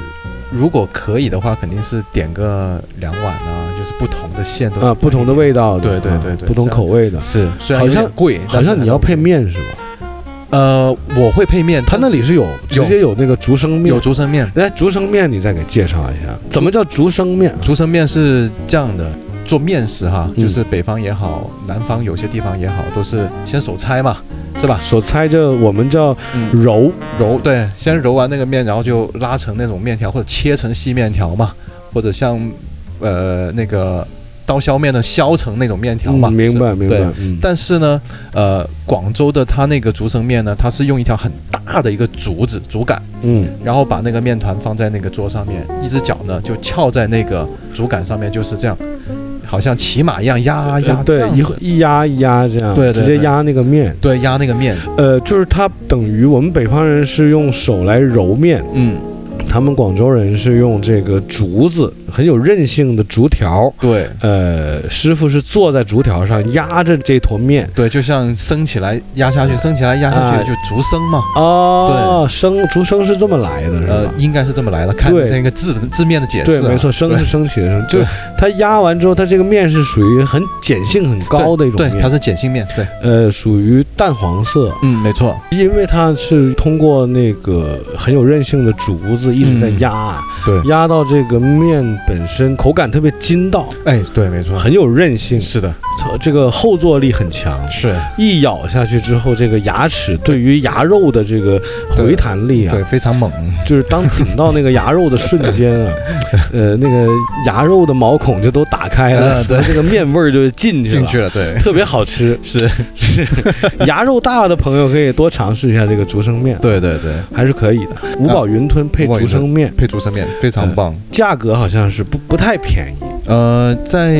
[SPEAKER 2] 如果可以的话，肯定是点个两碗啊，就是不同的馅都
[SPEAKER 1] 啊，不同的味道的，
[SPEAKER 2] 对对
[SPEAKER 1] 啊
[SPEAKER 2] 对对
[SPEAKER 1] 不同
[SPEAKER 2] 这样
[SPEAKER 1] 口味的，
[SPEAKER 2] 是，虽然
[SPEAKER 1] 好
[SPEAKER 2] 有点
[SPEAKER 1] 像
[SPEAKER 2] 贵，
[SPEAKER 1] 好
[SPEAKER 2] 但是
[SPEAKER 1] 像你要配面是吧？
[SPEAKER 2] 呃，我会配面，
[SPEAKER 1] 他那里是有直接有那个竹升面
[SPEAKER 2] 有。竹升面，
[SPEAKER 1] 来，竹升面你再给介绍一下，怎么叫竹升面？
[SPEAKER 2] 竹升面是这样的，做面食哈，
[SPEAKER 1] 嗯
[SPEAKER 2] 就是北方也好，南方有些地方也好，都是先手拆嘛，是吧？
[SPEAKER 1] 手猜着我们叫
[SPEAKER 2] 嗯，
[SPEAKER 1] 揉，
[SPEAKER 2] 揉对，先揉完那个面，然后就拉成那种面条，或者切成细面条嘛，或者像呃那个刀削面的削成那种面条嘛，
[SPEAKER 1] 嗯明白明白
[SPEAKER 2] 对。
[SPEAKER 1] 嗯
[SPEAKER 2] 但是呢，呃，广州的它那个竹升面呢，它是用一条很大的一个竹子竹竿，
[SPEAKER 1] 嗯，
[SPEAKER 2] 然后把那个面团放在那个桌上面，一只脚呢就翘在那个竹竿上面，就是这样，好像骑马一样压压、
[SPEAKER 1] 呃对，
[SPEAKER 2] 这样
[SPEAKER 1] 一
[SPEAKER 2] 子
[SPEAKER 1] 一压一压这样，
[SPEAKER 2] 对对
[SPEAKER 1] 直接
[SPEAKER 2] 对
[SPEAKER 1] 压那个面，
[SPEAKER 2] 对压那个面，
[SPEAKER 1] 呃，就是它等于我们北方人是用手来揉面，
[SPEAKER 2] 嗯，
[SPEAKER 1] 他们广州人是用这个竹子，很有韧性的竹条，
[SPEAKER 2] 对
[SPEAKER 1] 呃，师傅是坐在竹条上压着这坨面，
[SPEAKER 2] 对，就像升起来压下去，升起来压下
[SPEAKER 1] 啊
[SPEAKER 2] 去，就竹升嘛。
[SPEAKER 1] 哦，生竹升是这么来的，是吧？
[SPEAKER 2] 呃，应该是这么来的，看
[SPEAKER 1] 嗯对
[SPEAKER 2] 那个字的字面的解
[SPEAKER 1] 对，
[SPEAKER 2] 释、啊。
[SPEAKER 1] 没错，升是升起的升，就
[SPEAKER 2] 对
[SPEAKER 1] 是它压完之后，它这个面是属于很碱性很
[SPEAKER 2] 对
[SPEAKER 1] 高的一种
[SPEAKER 2] 对，它
[SPEAKER 1] 面，
[SPEAKER 2] 是碱性面，对，
[SPEAKER 1] 呃，属于淡黄色，
[SPEAKER 2] 嗯，没错，
[SPEAKER 1] 因为它是通过那个很有韧性的竹子一直在
[SPEAKER 2] 嗯
[SPEAKER 1] 压，啊
[SPEAKER 2] 对
[SPEAKER 1] 压到这个面本身口感特别筋道，
[SPEAKER 2] 哎，对，没错，
[SPEAKER 1] 很有韧性，
[SPEAKER 2] 是的，
[SPEAKER 1] 这个后坐力很强，
[SPEAKER 2] 是，
[SPEAKER 1] 一咬下去之后，这个牙齿对于牙肉的这个回弹力啊
[SPEAKER 2] 对，，非常猛，
[SPEAKER 1] 就是当顶到那个牙肉的瞬间
[SPEAKER 2] *laughs*
[SPEAKER 1] 啊，呃，那个牙肉的毛孔就都打开了，
[SPEAKER 2] 嗯对
[SPEAKER 1] 这个面味儿就进去了，
[SPEAKER 2] 进去了，对，
[SPEAKER 1] 特别好吃。
[SPEAKER 2] 是，
[SPEAKER 1] 是 *laughs* 牙肉大的朋友可以多尝试一下这个竹升面，
[SPEAKER 2] 对对对，
[SPEAKER 1] 还是可以的。五宝云吞配
[SPEAKER 2] 啊五宝云
[SPEAKER 1] 竹
[SPEAKER 2] 吞
[SPEAKER 1] 升面，
[SPEAKER 2] 配竹升面非常棒，
[SPEAKER 1] 价格好像是不不太便宜，
[SPEAKER 2] 呃，在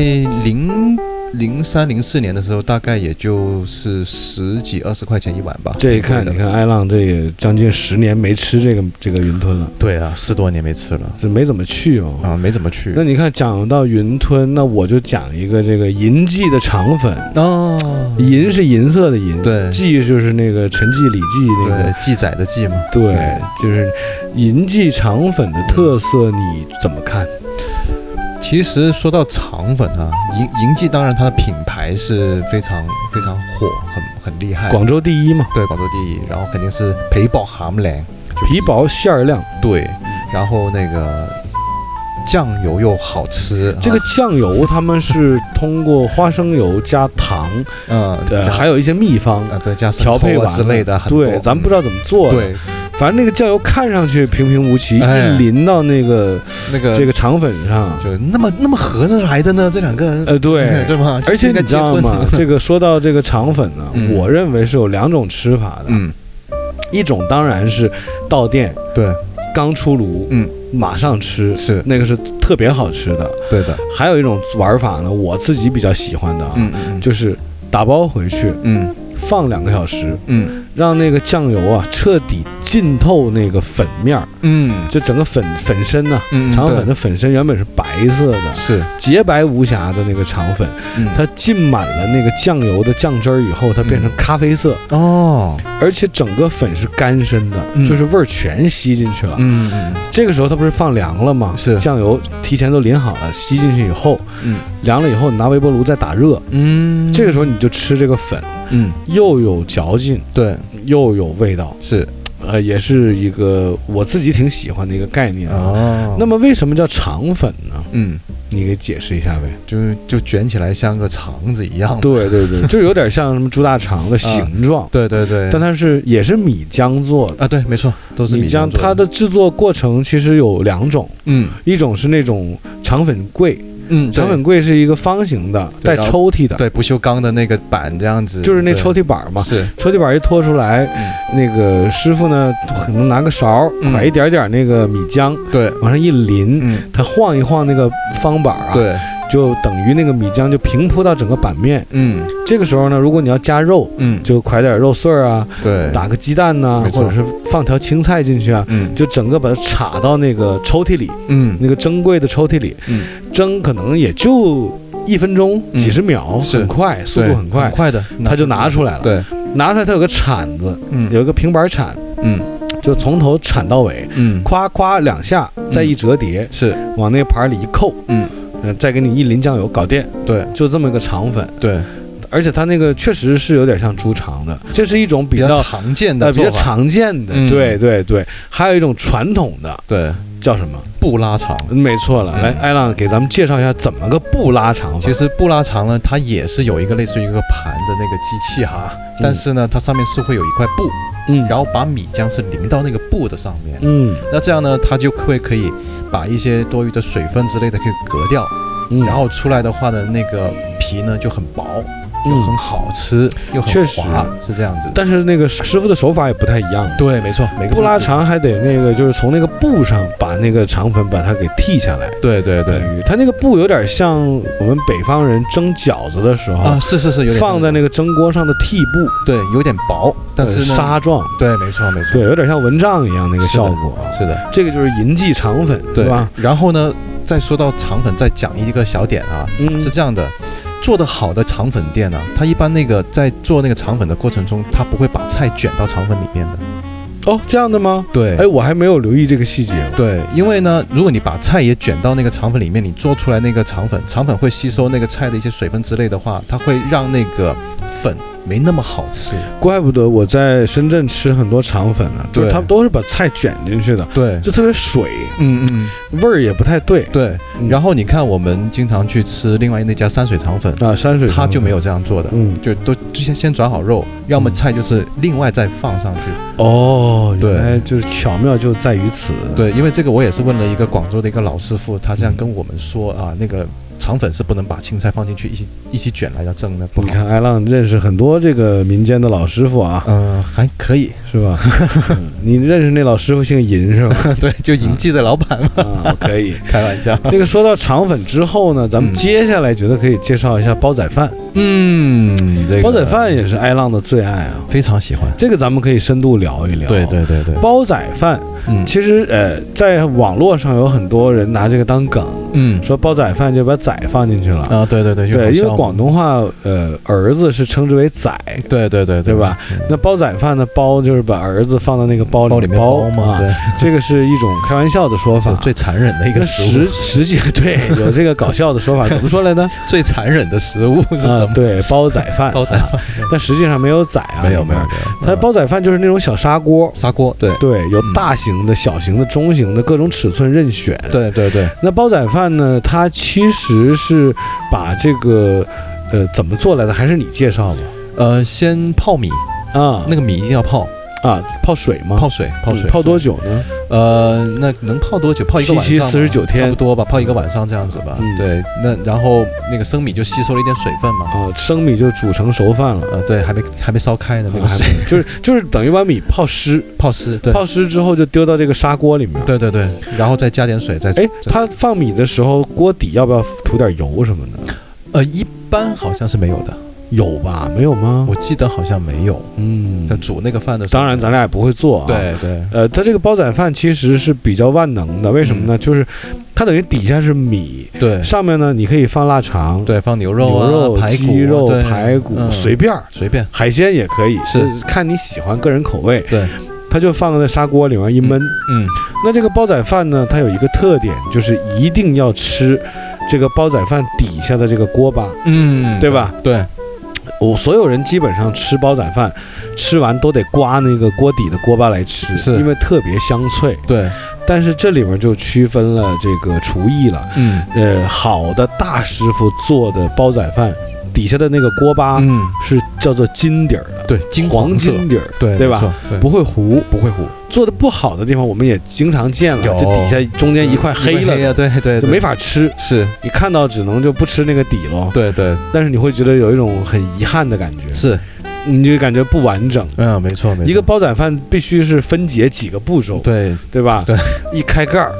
[SPEAKER 2] 零零三零四年的时候，大概也就是十几二十块钱一碗吧。
[SPEAKER 1] 这一
[SPEAKER 2] 挺贵
[SPEAKER 1] 看，
[SPEAKER 2] 的
[SPEAKER 1] 你，看艾浪这也将近十年没吃这个这个云吞了，
[SPEAKER 2] 对啊，十多年没吃了
[SPEAKER 1] 这没怎么去哦。
[SPEAKER 2] 啊，没怎么去
[SPEAKER 1] 那。你看，讲到云吞，那我就讲一个这个银记的肠粉，
[SPEAKER 2] 哦，
[SPEAKER 1] 银是银色的银，
[SPEAKER 2] 对
[SPEAKER 1] 记就是那个陈记、李记那
[SPEAKER 2] 对
[SPEAKER 1] 个，，
[SPEAKER 2] 记载的记嘛。
[SPEAKER 1] 对，就是银记肠粉的特色，你怎么看？
[SPEAKER 2] 其实说到肠粉啊，银银记当然它的品牌是非常非常火，很很厉害。
[SPEAKER 1] 广州第一嘛，
[SPEAKER 2] 对广州第一，然后肯定是皮薄馅靓，
[SPEAKER 1] 皮薄馅儿亮，
[SPEAKER 2] 对，
[SPEAKER 1] 嗯
[SPEAKER 2] 然后那个酱油又好吃，啊
[SPEAKER 1] 这个酱油他们是通过花生油加糖，
[SPEAKER 2] 嗯，
[SPEAKER 1] 呃，还
[SPEAKER 2] 有
[SPEAKER 1] 有一些秘方
[SPEAKER 2] 啊对加生
[SPEAKER 1] 调配
[SPEAKER 2] 抽啊
[SPEAKER 1] 完
[SPEAKER 2] 之类的
[SPEAKER 1] 了
[SPEAKER 2] 很多，
[SPEAKER 1] 对，咱们不知
[SPEAKER 2] 道
[SPEAKER 1] 道怎么做，，啊
[SPEAKER 2] 对，
[SPEAKER 1] 反正那个酱油看上去平平无奇，
[SPEAKER 2] 哎
[SPEAKER 1] 一淋到那个
[SPEAKER 2] 那个
[SPEAKER 1] 这个肠粉上，
[SPEAKER 2] 就那么那么合得来的呢？这两个人，。
[SPEAKER 1] 呃，对
[SPEAKER 2] 对吗？
[SPEAKER 1] *laughs* 而且
[SPEAKER 2] *laughs* 就是应该
[SPEAKER 1] 你知
[SPEAKER 2] 结
[SPEAKER 1] 道
[SPEAKER 2] 婚 *laughs*
[SPEAKER 1] 吗？ *laughs* 这个说到这个肠粉呢，
[SPEAKER 2] 嗯
[SPEAKER 1] 我认为是有两种吃法的，
[SPEAKER 2] 嗯，
[SPEAKER 1] 一种当然是到店
[SPEAKER 2] 对，
[SPEAKER 1] 刚出炉，
[SPEAKER 2] 嗯，
[SPEAKER 1] 马上吃，
[SPEAKER 2] 是
[SPEAKER 1] 那个是特别好吃的。
[SPEAKER 2] 对的，
[SPEAKER 1] 还有一种玩法呢，我自己比较喜欢的啊，
[SPEAKER 2] 嗯嗯
[SPEAKER 1] 就是打包回去
[SPEAKER 2] 嗯
[SPEAKER 1] 放两个小时，
[SPEAKER 2] 嗯
[SPEAKER 1] 让那个酱油啊彻底浸透那个粉面儿，
[SPEAKER 2] 嗯
[SPEAKER 1] 就整个粉粉身呐、
[SPEAKER 2] 嗯，
[SPEAKER 1] 肠
[SPEAKER 2] 对
[SPEAKER 1] 粉的粉身原本是白色的，
[SPEAKER 2] 是，
[SPEAKER 1] 洁白无瑕的那个肠粉，
[SPEAKER 2] 嗯
[SPEAKER 1] 它浸满了那个酱油的酱汁儿以后，它变成咖啡色，
[SPEAKER 2] 哦，
[SPEAKER 1] 而且整个粉是干身的，
[SPEAKER 2] 嗯
[SPEAKER 1] 就是味儿全吸进去了。
[SPEAKER 2] 嗯嗯
[SPEAKER 1] 这个时候它不是放凉了吗？
[SPEAKER 2] 是
[SPEAKER 1] 酱油提前都淋好了，吸进去以后
[SPEAKER 2] 嗯
[SPEAKER 1] 凉了以后，你拿微波炉再打热，
[SPEAKER 2] 嗯，
[SPEAKER 1] 这个时候你就吃这个粉，
[SPEAKER 2] 嗯
[SPEAKER 1] 又有嚼劲，
[SPEAKER 2] 对
[SPEAKER 1] 又有味道，
[SPEAKER 2] 是
[SPEAKER 1] 呃，也是一个我自己挺喜欢的一个概念啊。
[SPEAKER 2] 哦，
[SPEAKER 1] 那么为什么叫肠粉呢？
[SPEAKER 2] 嗯，
[SPEAKER 1] 你给解释一下呗。
[SPEAKER 2] 就是就卷起来像个肠子一样，
[SPEAKER 1] 对对
[SPEAKER 2] *laughs*
[SPEAKER 1] 对，就有点像什么猪大肠的形状，
[SPEAKER 2] 对对对，
[SPEAKER 1] 但它是也是米浆做的。
[SPEAKER 2] 啊对，没错，都是
[SPEAKER 1] 米
[SPEAKER 2] 浆
[SPEAKER 1] 浆
[SPEAKER 2] 做
[SPEAKER 1] 它的制作过程其实有两种，
[SPEAKER 2] 嗯
[SPEAKER 1] 一种是那种肠粉柜，
[SPEAKER 2] 嗯，
[SPEAKER 1] 肠
[SPEAKER 2] 对
[SPEAKER 1] 粉柜是一个方形的，带
[SPEAKER 2] 对然后
[SPEAKER 1] 抽屉的，
[SPEAKER 2] 对不锈钢的那个板这样子，
[SPEAKER 1] 就是那
[SPEAKER 2] 对
[SPEAKER 1] 抽屉板儿嘛。
[SPEAKER 2] 是
[SPEAKER 1] 抽屉板儿一拖出来，那个师傅呢可能拿个勺儿
[SPEAKER 2] 嗯
[SPEAKER 1] 㧟一点点那个米浆
[SPEAKER 2] 对，
[SPEAKER 1] 往上一淋，
[SPEAKER 2] 嗯
[SPEAKER 1] 它晃一晃那个方板儿啊，
[SPEAKER 2] 对，
[SPEAKER 1] 就等于那个米浆就平铺到整个板面。
[SPEAKER 2] 嗯
[SPEAKER 1] 这个时候呢，如果你要加肉，
[SPEAKER 2] 嗯
[SPEAKER 1] 就㧟点肉碎儿啊，
[SPEAKER 2] 对，
[SPEAKER 1] 打个鸡蛋呐、
[SPEAKER 2] 哎没错
[SPEAKER 1] 或者是放条青菜进去啊，
[SPEAKER 2] 嗯
[SPEAKER 1] 就整个把它插到那个抽屉里，
[SPEAKER 2] 嗯
[SPEAKER 1] 那个蒸柜的抽屉里，
[SPEAKER 2] 嗯，
[SPEAKER 1] 蒸可能也就一分钟、
[SPEAKER 2] 嗯
[SPEAKER 1] 几十秒，
[SPEAKER 2] 是
[SPEAKER 1] 很快，速度
[SPEAKER 2] 对
[SPEAKER 1] 很快，
[SPEAKER 2] 快的，
[SPEAKER 1] 他就拿出来了。
[SPEAKER 2] 对，
[SPEAKER 1] 拿出来它有个铲子，
[SPEAKER 2] 嗯
[SPEAKER 1] 有一个平板铲，
[SPEAKER 2] 嗯
[SPEAKER 1] 就从头铲到尾，
[SPEAKER 2] 嗯
[SPEAKER 1] 夸夸两下，再一折叠，
[SPEAKER 2] 是
[SPEAKER 1] 往那个盘里一扣，
[SPEAKER 2] 嗯
[SPEAKER 1] 嗯，再给你一淋酱油，搞定，
[SPEAKER 2] 对
[SPEAKER 1] 就这么一个肠粉。
[SPEAKER 2] 对，
[SPEAKER 1] 而且它那个确实是有点像猪肠的，这是一种比
[SPEAKER 2] 比
[SPEAKER 1] 较
[SPEAKER 2] 较常见
[SPEAKER 1] 呃
[SPEAKER 2] 的
[SPEAKER 1] 比较
[SPEAKER 2] 做法
[SPEAKER 1] 常见的，
[SPEAKER 2] 嗯
[SPEAKER 1] 对对对，还有一种传统的
[SPEAKER 2] 对
[SPEAKER 1] 叫什么？
[SPEAKER 2] 布拉肠。
[SPEAKER 1] 没错了，
[SPEAKER 2] 嗯
[SPEAKER 1] 来，艾浪给咱们介绍一下怎么个不拉肠法
[SPEAKER 2] 其。实布拉肠呢，它也是有一个类似于一个盘的那个机器哈，但是呢，它上面是会有一块布，
[SPEAKER 1] 嗯
[SPEAKER 2] 然后把米浆是淋到那个布的上面，
[SPEAKER 1] 嗯，
[SPEAKER 2] 那这样呢，它就会可以把一些多余的水分之类的可以隔掉，
[SPEAKER 1] 嗯
[SPEAKER 2] 然后出来的话呢，那个皮呢就很薄，又很
[SPEAKER 1] 嗯，
[SPEAKER 2] 好吃，又
[SPEAKER 1] 确
[SPEAKER 2] 很
[SPEAKER 1] 实
[SPEAKER 2] 滑，是这样子的。
[SPEAKER 1] 但是那个师傅的手法也不太一样。
[SPEAKER 2] 对，没错，每个
[SPEAKER 1] 不拉
[SPEAKER 2] 不一样，
[SPEAKER 1] 肠还得那个，就是从那个布上把那个肠粉把它给剃下来。
[SPEAKER 2] 对对对，
[SPEAKER 1] 等于它那个布有点像我们北方人蒸饺子的时候、
[SPEAKER 2] 啊，是是是，有点
[SPEAKER 1] 放在那个蒸锅上的屉布，
[SPEAKER 2] 对，有点薄，但
[SPEAKER 1] 呃
[SPEAKER 2] 是呢，
[SPEAKER 1] 纱状，
[SPEAKER 2] 对，没错没错，
[SPEAKER 1] 对，有点像蚊帐一样那个
[SPEAKER 2] 是
[SPEAKER 1] 效
[SPEAKER 2] 的
[SPEAKER 1] 果。
[SPEAKER 2] 是的，
[SPEAKER 1] 这个就是银记肠粉，
[SPEAKER 2] 对
[SPEAKER 1] 吧？。
[SPEAKER 2] 然后呢，再说到肠粉，再讲一个小点啊，
[SPEAKER 1] 嗯，
[SPEAKER 2] 是这样的，做的好的肠粉店呢、它一般那个在做那个肠粉的过程中，它不会把菜卷到肠粉里面的。
[SPEAKER 1] 哦，这样的吗？
[SPEAKER 2] 对，
[SPEAKER 1] 哎，我还没有留意这个细节。
[SPEAKER 2] 对，因为呢，如果你把菜也卷到那个肠粉里面，你做出来那个肠粉，肠粉会吸收那个菜的一些水分之类的话，它会让那个粉没那么好吃。
[SPEAKER 1] 怪不得我在深圳吃很多肠粉呢、就是
[SPEAKER 2] 对
[SPEAKER 1] 他们都是把菜卷进去的，
[SPEAKER 2] 对，
[SPEAKER 1] 就特别水，
[SPEAKER 2] 嗯嗯，
[SPEAKER 1] 味儿也不太对。
[SPEAKER 2] 对。
[SPEAKER 1] 嗯
[SPEAKER 2] 然后你看，我们经常去吃另外那家山水肠粉，
[SPEAKER 1] 啊，山水
[SPEAKER 2] 它就没
[SPEAKER 1] 有，
[SPEAKER 2] 有这样做的。
[SPEAKER 1] 嗯，
[SPEAKER 2] 就都就先先转好肉，要么菜就是另外再放上去。
[SPEAKER 1] 哦，
[SPEAKER 2] 对
[SPEAKER 1] 原来就是巧妙就在于此。，
[SPEAKER 2] 对，因为这个我也是问了一个广州的一个老师傅，他这样跟我们说啊，那个肠粉是不能把青菜放进去一起一起卷来的，蒸的不
[SPEAKER 1] 你
[SPEAKER 2] 好。
[SPEAKER 1] 看艾浪认识很多这个民间的老师傅啊，
[SPEAKER 2] 嗯、还可以，
[SPEAKER 1] 是吧？嗯你认识那老师傅姓银是
[SPEAKER 2] *laughs*
[SPEAKER 1] 吧？
[SPEAKER 2] *laughs* 对，就银记的老板嘛，
[SPEAKER 1] 啊，可以。
[SPEAKER 2] 开玩笑。
[SPEAKER 1] 这个说到肠粉之后呢，咱们
[SPEAKER 2] 嗯
[SPEAKER 1] 接下来觉得可以介绍一下煲仔饭。
[SPEAKER 2] *laughs* 嗯，这个
[SPEAKER 1] 煲仔饭也是艾浪的最爱啊，
[SPEAKER 2] 非常喜欢。
[SPEAKER 1] 这个咱们可以深度聊一聊。
[SPEAKER 2] 对，对对对，
[SPEAKER 1] 煲仔饭
[SPEAKER 2] 嗯
[SPEAKER 1] 其实呃，在网络上有很多人拿这个当梗，
[SPEAKER 2] 嗯
[SPEAKER 1] 说煲仔饭就把仔放进去了。
[SPEAKER 2] 啊，对对对，就
[SPEAKER 1] 对，因为
[SPEAKER 2] 好笑
[SPEAKER 1] 广
[SPEAKER 2] 嘛
[SPEAKER 1] 东话，呃，儿子是称之为仔，
[SPEAKER 2] 对对对
[SPEAKER 1] 对吧？
[SPEAKER 2] 嗯
[SPEAKER 1] 那煲仔饭呢，煲就是把儿子放到那个包
[SPEAKER 2] 包
[SPEAKER 1] 里
[SPEAKER 2] 里面
[SPEAKER 1] 包
[SPEAKER 2] 包嘛，
[SPEAKER 1] 啊，
[SPEAKER 2] 对，
[SPEAKER 1] 这个是一种开玩笑的说法
[SPEAKER 2] 是。最残忍的一
[SPEAKER 1] 那
[SPEAKER 2] 个食
[SPEAKER 1] 实
[SPEAKER 2] 物，
[SPEAKER 1] 实际 *laughs* 对有这个搞笑的说法，怎么说来呢？
[SPEAKER 2] 最残忍的食物 *laughs* 是
[SPEAKER 1] 啊
[SPEAKER 2] 什，么？
[SPEAKER 1] 对，煲仔饭，
[SPEAKER 2] *laughs* 煲仔
[SPEAKER 1] 啊，但实际上没有仔啊，
[SPEAKER 2] 没有
[SPEAKER 1] 里
[SPEAKER 2] 没
[SPEAKER 1] 面
[SPEAKER 2] 有没有，
[SPEAKER 1] 它
[SPEAKER 2] 嗯
[SPEAKER 1] 煲仔饭就是那种小砂锅，
[SPEAKER 2] 砂锅，对
[SPEAKER 1] 对，有
[SPEAKER 2] 嗯
[SPEAKER 1] 大型的、小型的、中型的，各种尺寸任选。
[SPEAKER 2] 对对对，
[SPEAKER 1] 那煲仔饭呢？它其实是把这个，呃，怎么做来的？还是你介绍吧。
[SPEAKER 2] 呃，先泡米，
[SPEAKER 1] 啊，
[SPEAKER 2] 那个米一定要泡，
[SPEAKER 1] 啊，泡水吗？
[SPEAKER 2] 泡水，泡水，
[SPEAKER 1] 嗯泡多久呢？
[SPEAKER 2] 呃，那能泡多久？泡一个晚上吧，
[SPEAKER 1] 77 49天
[SPEAKER 2] 差不多吧，泡一个晚上这样子吧。
[SPEAKER 1] 嗯
[SPEAKER 2] 啊对，那然后那个生米就吸收了一点水分嘛。
[SPEAKER 1] 啊，生米就煮成熟饭了，
[SPEAKER 2] 呃，对，还没还没烧开呢，那个
[SPEAKER 1] 哦还
[SPEAKER 2] 水
[SPEAKER 1] 没就是就是等于把米泡湿，
[SPEAKER 2] 泡湿，对，
[SPEAKER 1] 泡湿之后就丢到这个砂锅里面。
[SPEAKER 2] 对对对，然后再加点水，再
[SPEAKER 1] 哎，
[SPEAKER 2] 这
[SPEAKER 1] 它放米的时候，锅底要不要涂点油什么的？
[SPEAKER 2] 呃，一般好像是没有的，
[SPEAKER 1] 有吧？没有吗
[SPEAKER 2] 我？记得好像没有。
[SPEAKER 1] 嗯
[SPEAKER 2] 那，煮那个饭的时候，
[SPEAKER 1] 当然咱俩也不会做啊。。
[SPEAKER 2] 对对，
[SPEAKER 1] 呃，它这个煲仔饭其实是比较万能的，为什么呢？就是它等于底下是米，
[SPEAKER 2] 嗯对
[SPEAKER 1] 上面呢你可以放腊肠、
[SPEAKER 2] 对，放牛肉啊、
[SPEAKER 1] 牛肉、
[SPEAKER 2] 排骨啊、
[SPEAKER 1] 鸡肉、
[SPEAKER 2] 对
[SPEAKER 1] 排骨，
[SPEAKER 2] 嗯
[SPEAKER 1] 随便儿，
[SPEAKER 2] 随便，
[SPEAKER 1] 海鲜也可以，
[SPEAKER 2] 是
[SPEAKER 1] 就看你喜欢个人口味。
[SPEAKER 2] 对，
[SPEAKER 1] 它就放在砂锅里面一焖。
[SPEAKER 2] 嗯，
[SPEAKER 1] 那这个煲仔饭呢，它有一个特点，就是一定要吃这个煲仔饭底下的这个锅巴。
[SPEAKER 2] 嗯，
[SPEAKER 1] 对吧？
[SPEAKER 2] 对，
[SPEAKER 1] 我所有人基本上吃煲仔饭，吃完都得刮那个锅底的锅巴来吃，
[SPEAKER 2] 是
[SPEAKER 1] 因为特别香脆。
[SPEAKER 2] 对，
[SPEAKER 1] 但是这里面就区分了这个厨艺了。
[SPEAKER 2] 嗯
[SPEAKER 1] 呃，好的大师傅做的煲仔饭，底下的那个锅巴
[SPEAKER 2] 嗯，
[SPEAKER 1] 是叫做金底儿的，
[SPEAKER 2] 对，金
[SPEAKER 1] 黄
[SPEAKER 2] 色，
[SPEAKER 1] 金底儿，
[SPEAKER 2] 对
[SPEAKER 1] 对吧？
[SPEAKER 2] 没错对
[SPEAKER 1] 不会糊。
[SPEAKER 2] 不会糊，
[SPEAKER 1] 做的不好的地方，我们也经常见了，
[SPEAKER 2] 有嗯
[SPEAKER 1] 这底下中间一块黑了，
[SPEAKER 2] 呀，啊对对对，
[SPEAKER 1] 就没法吃。
[SPEAKER 2] 是，
[SPEAKER 1] 你看到只能就不吃那个底喽，
[SPEAKER 2] 对对
[SPEAKER 1] 但是你会觉得有一种很遗憾的感觉，
[SPEAKER 2] 是，
[SPEAKER 1] 你就感觉不完整。
[SPEAKER 2] 嗯，没错没错，
[SPEAKER 1] 一个煲仔饭必须是分解几个步骤，
[SPEAKER 2] 对，
[SPEAKER 1] 对吧？
[SPEAKER 2] 对，
[SPEAKER 1] 一开盖儿，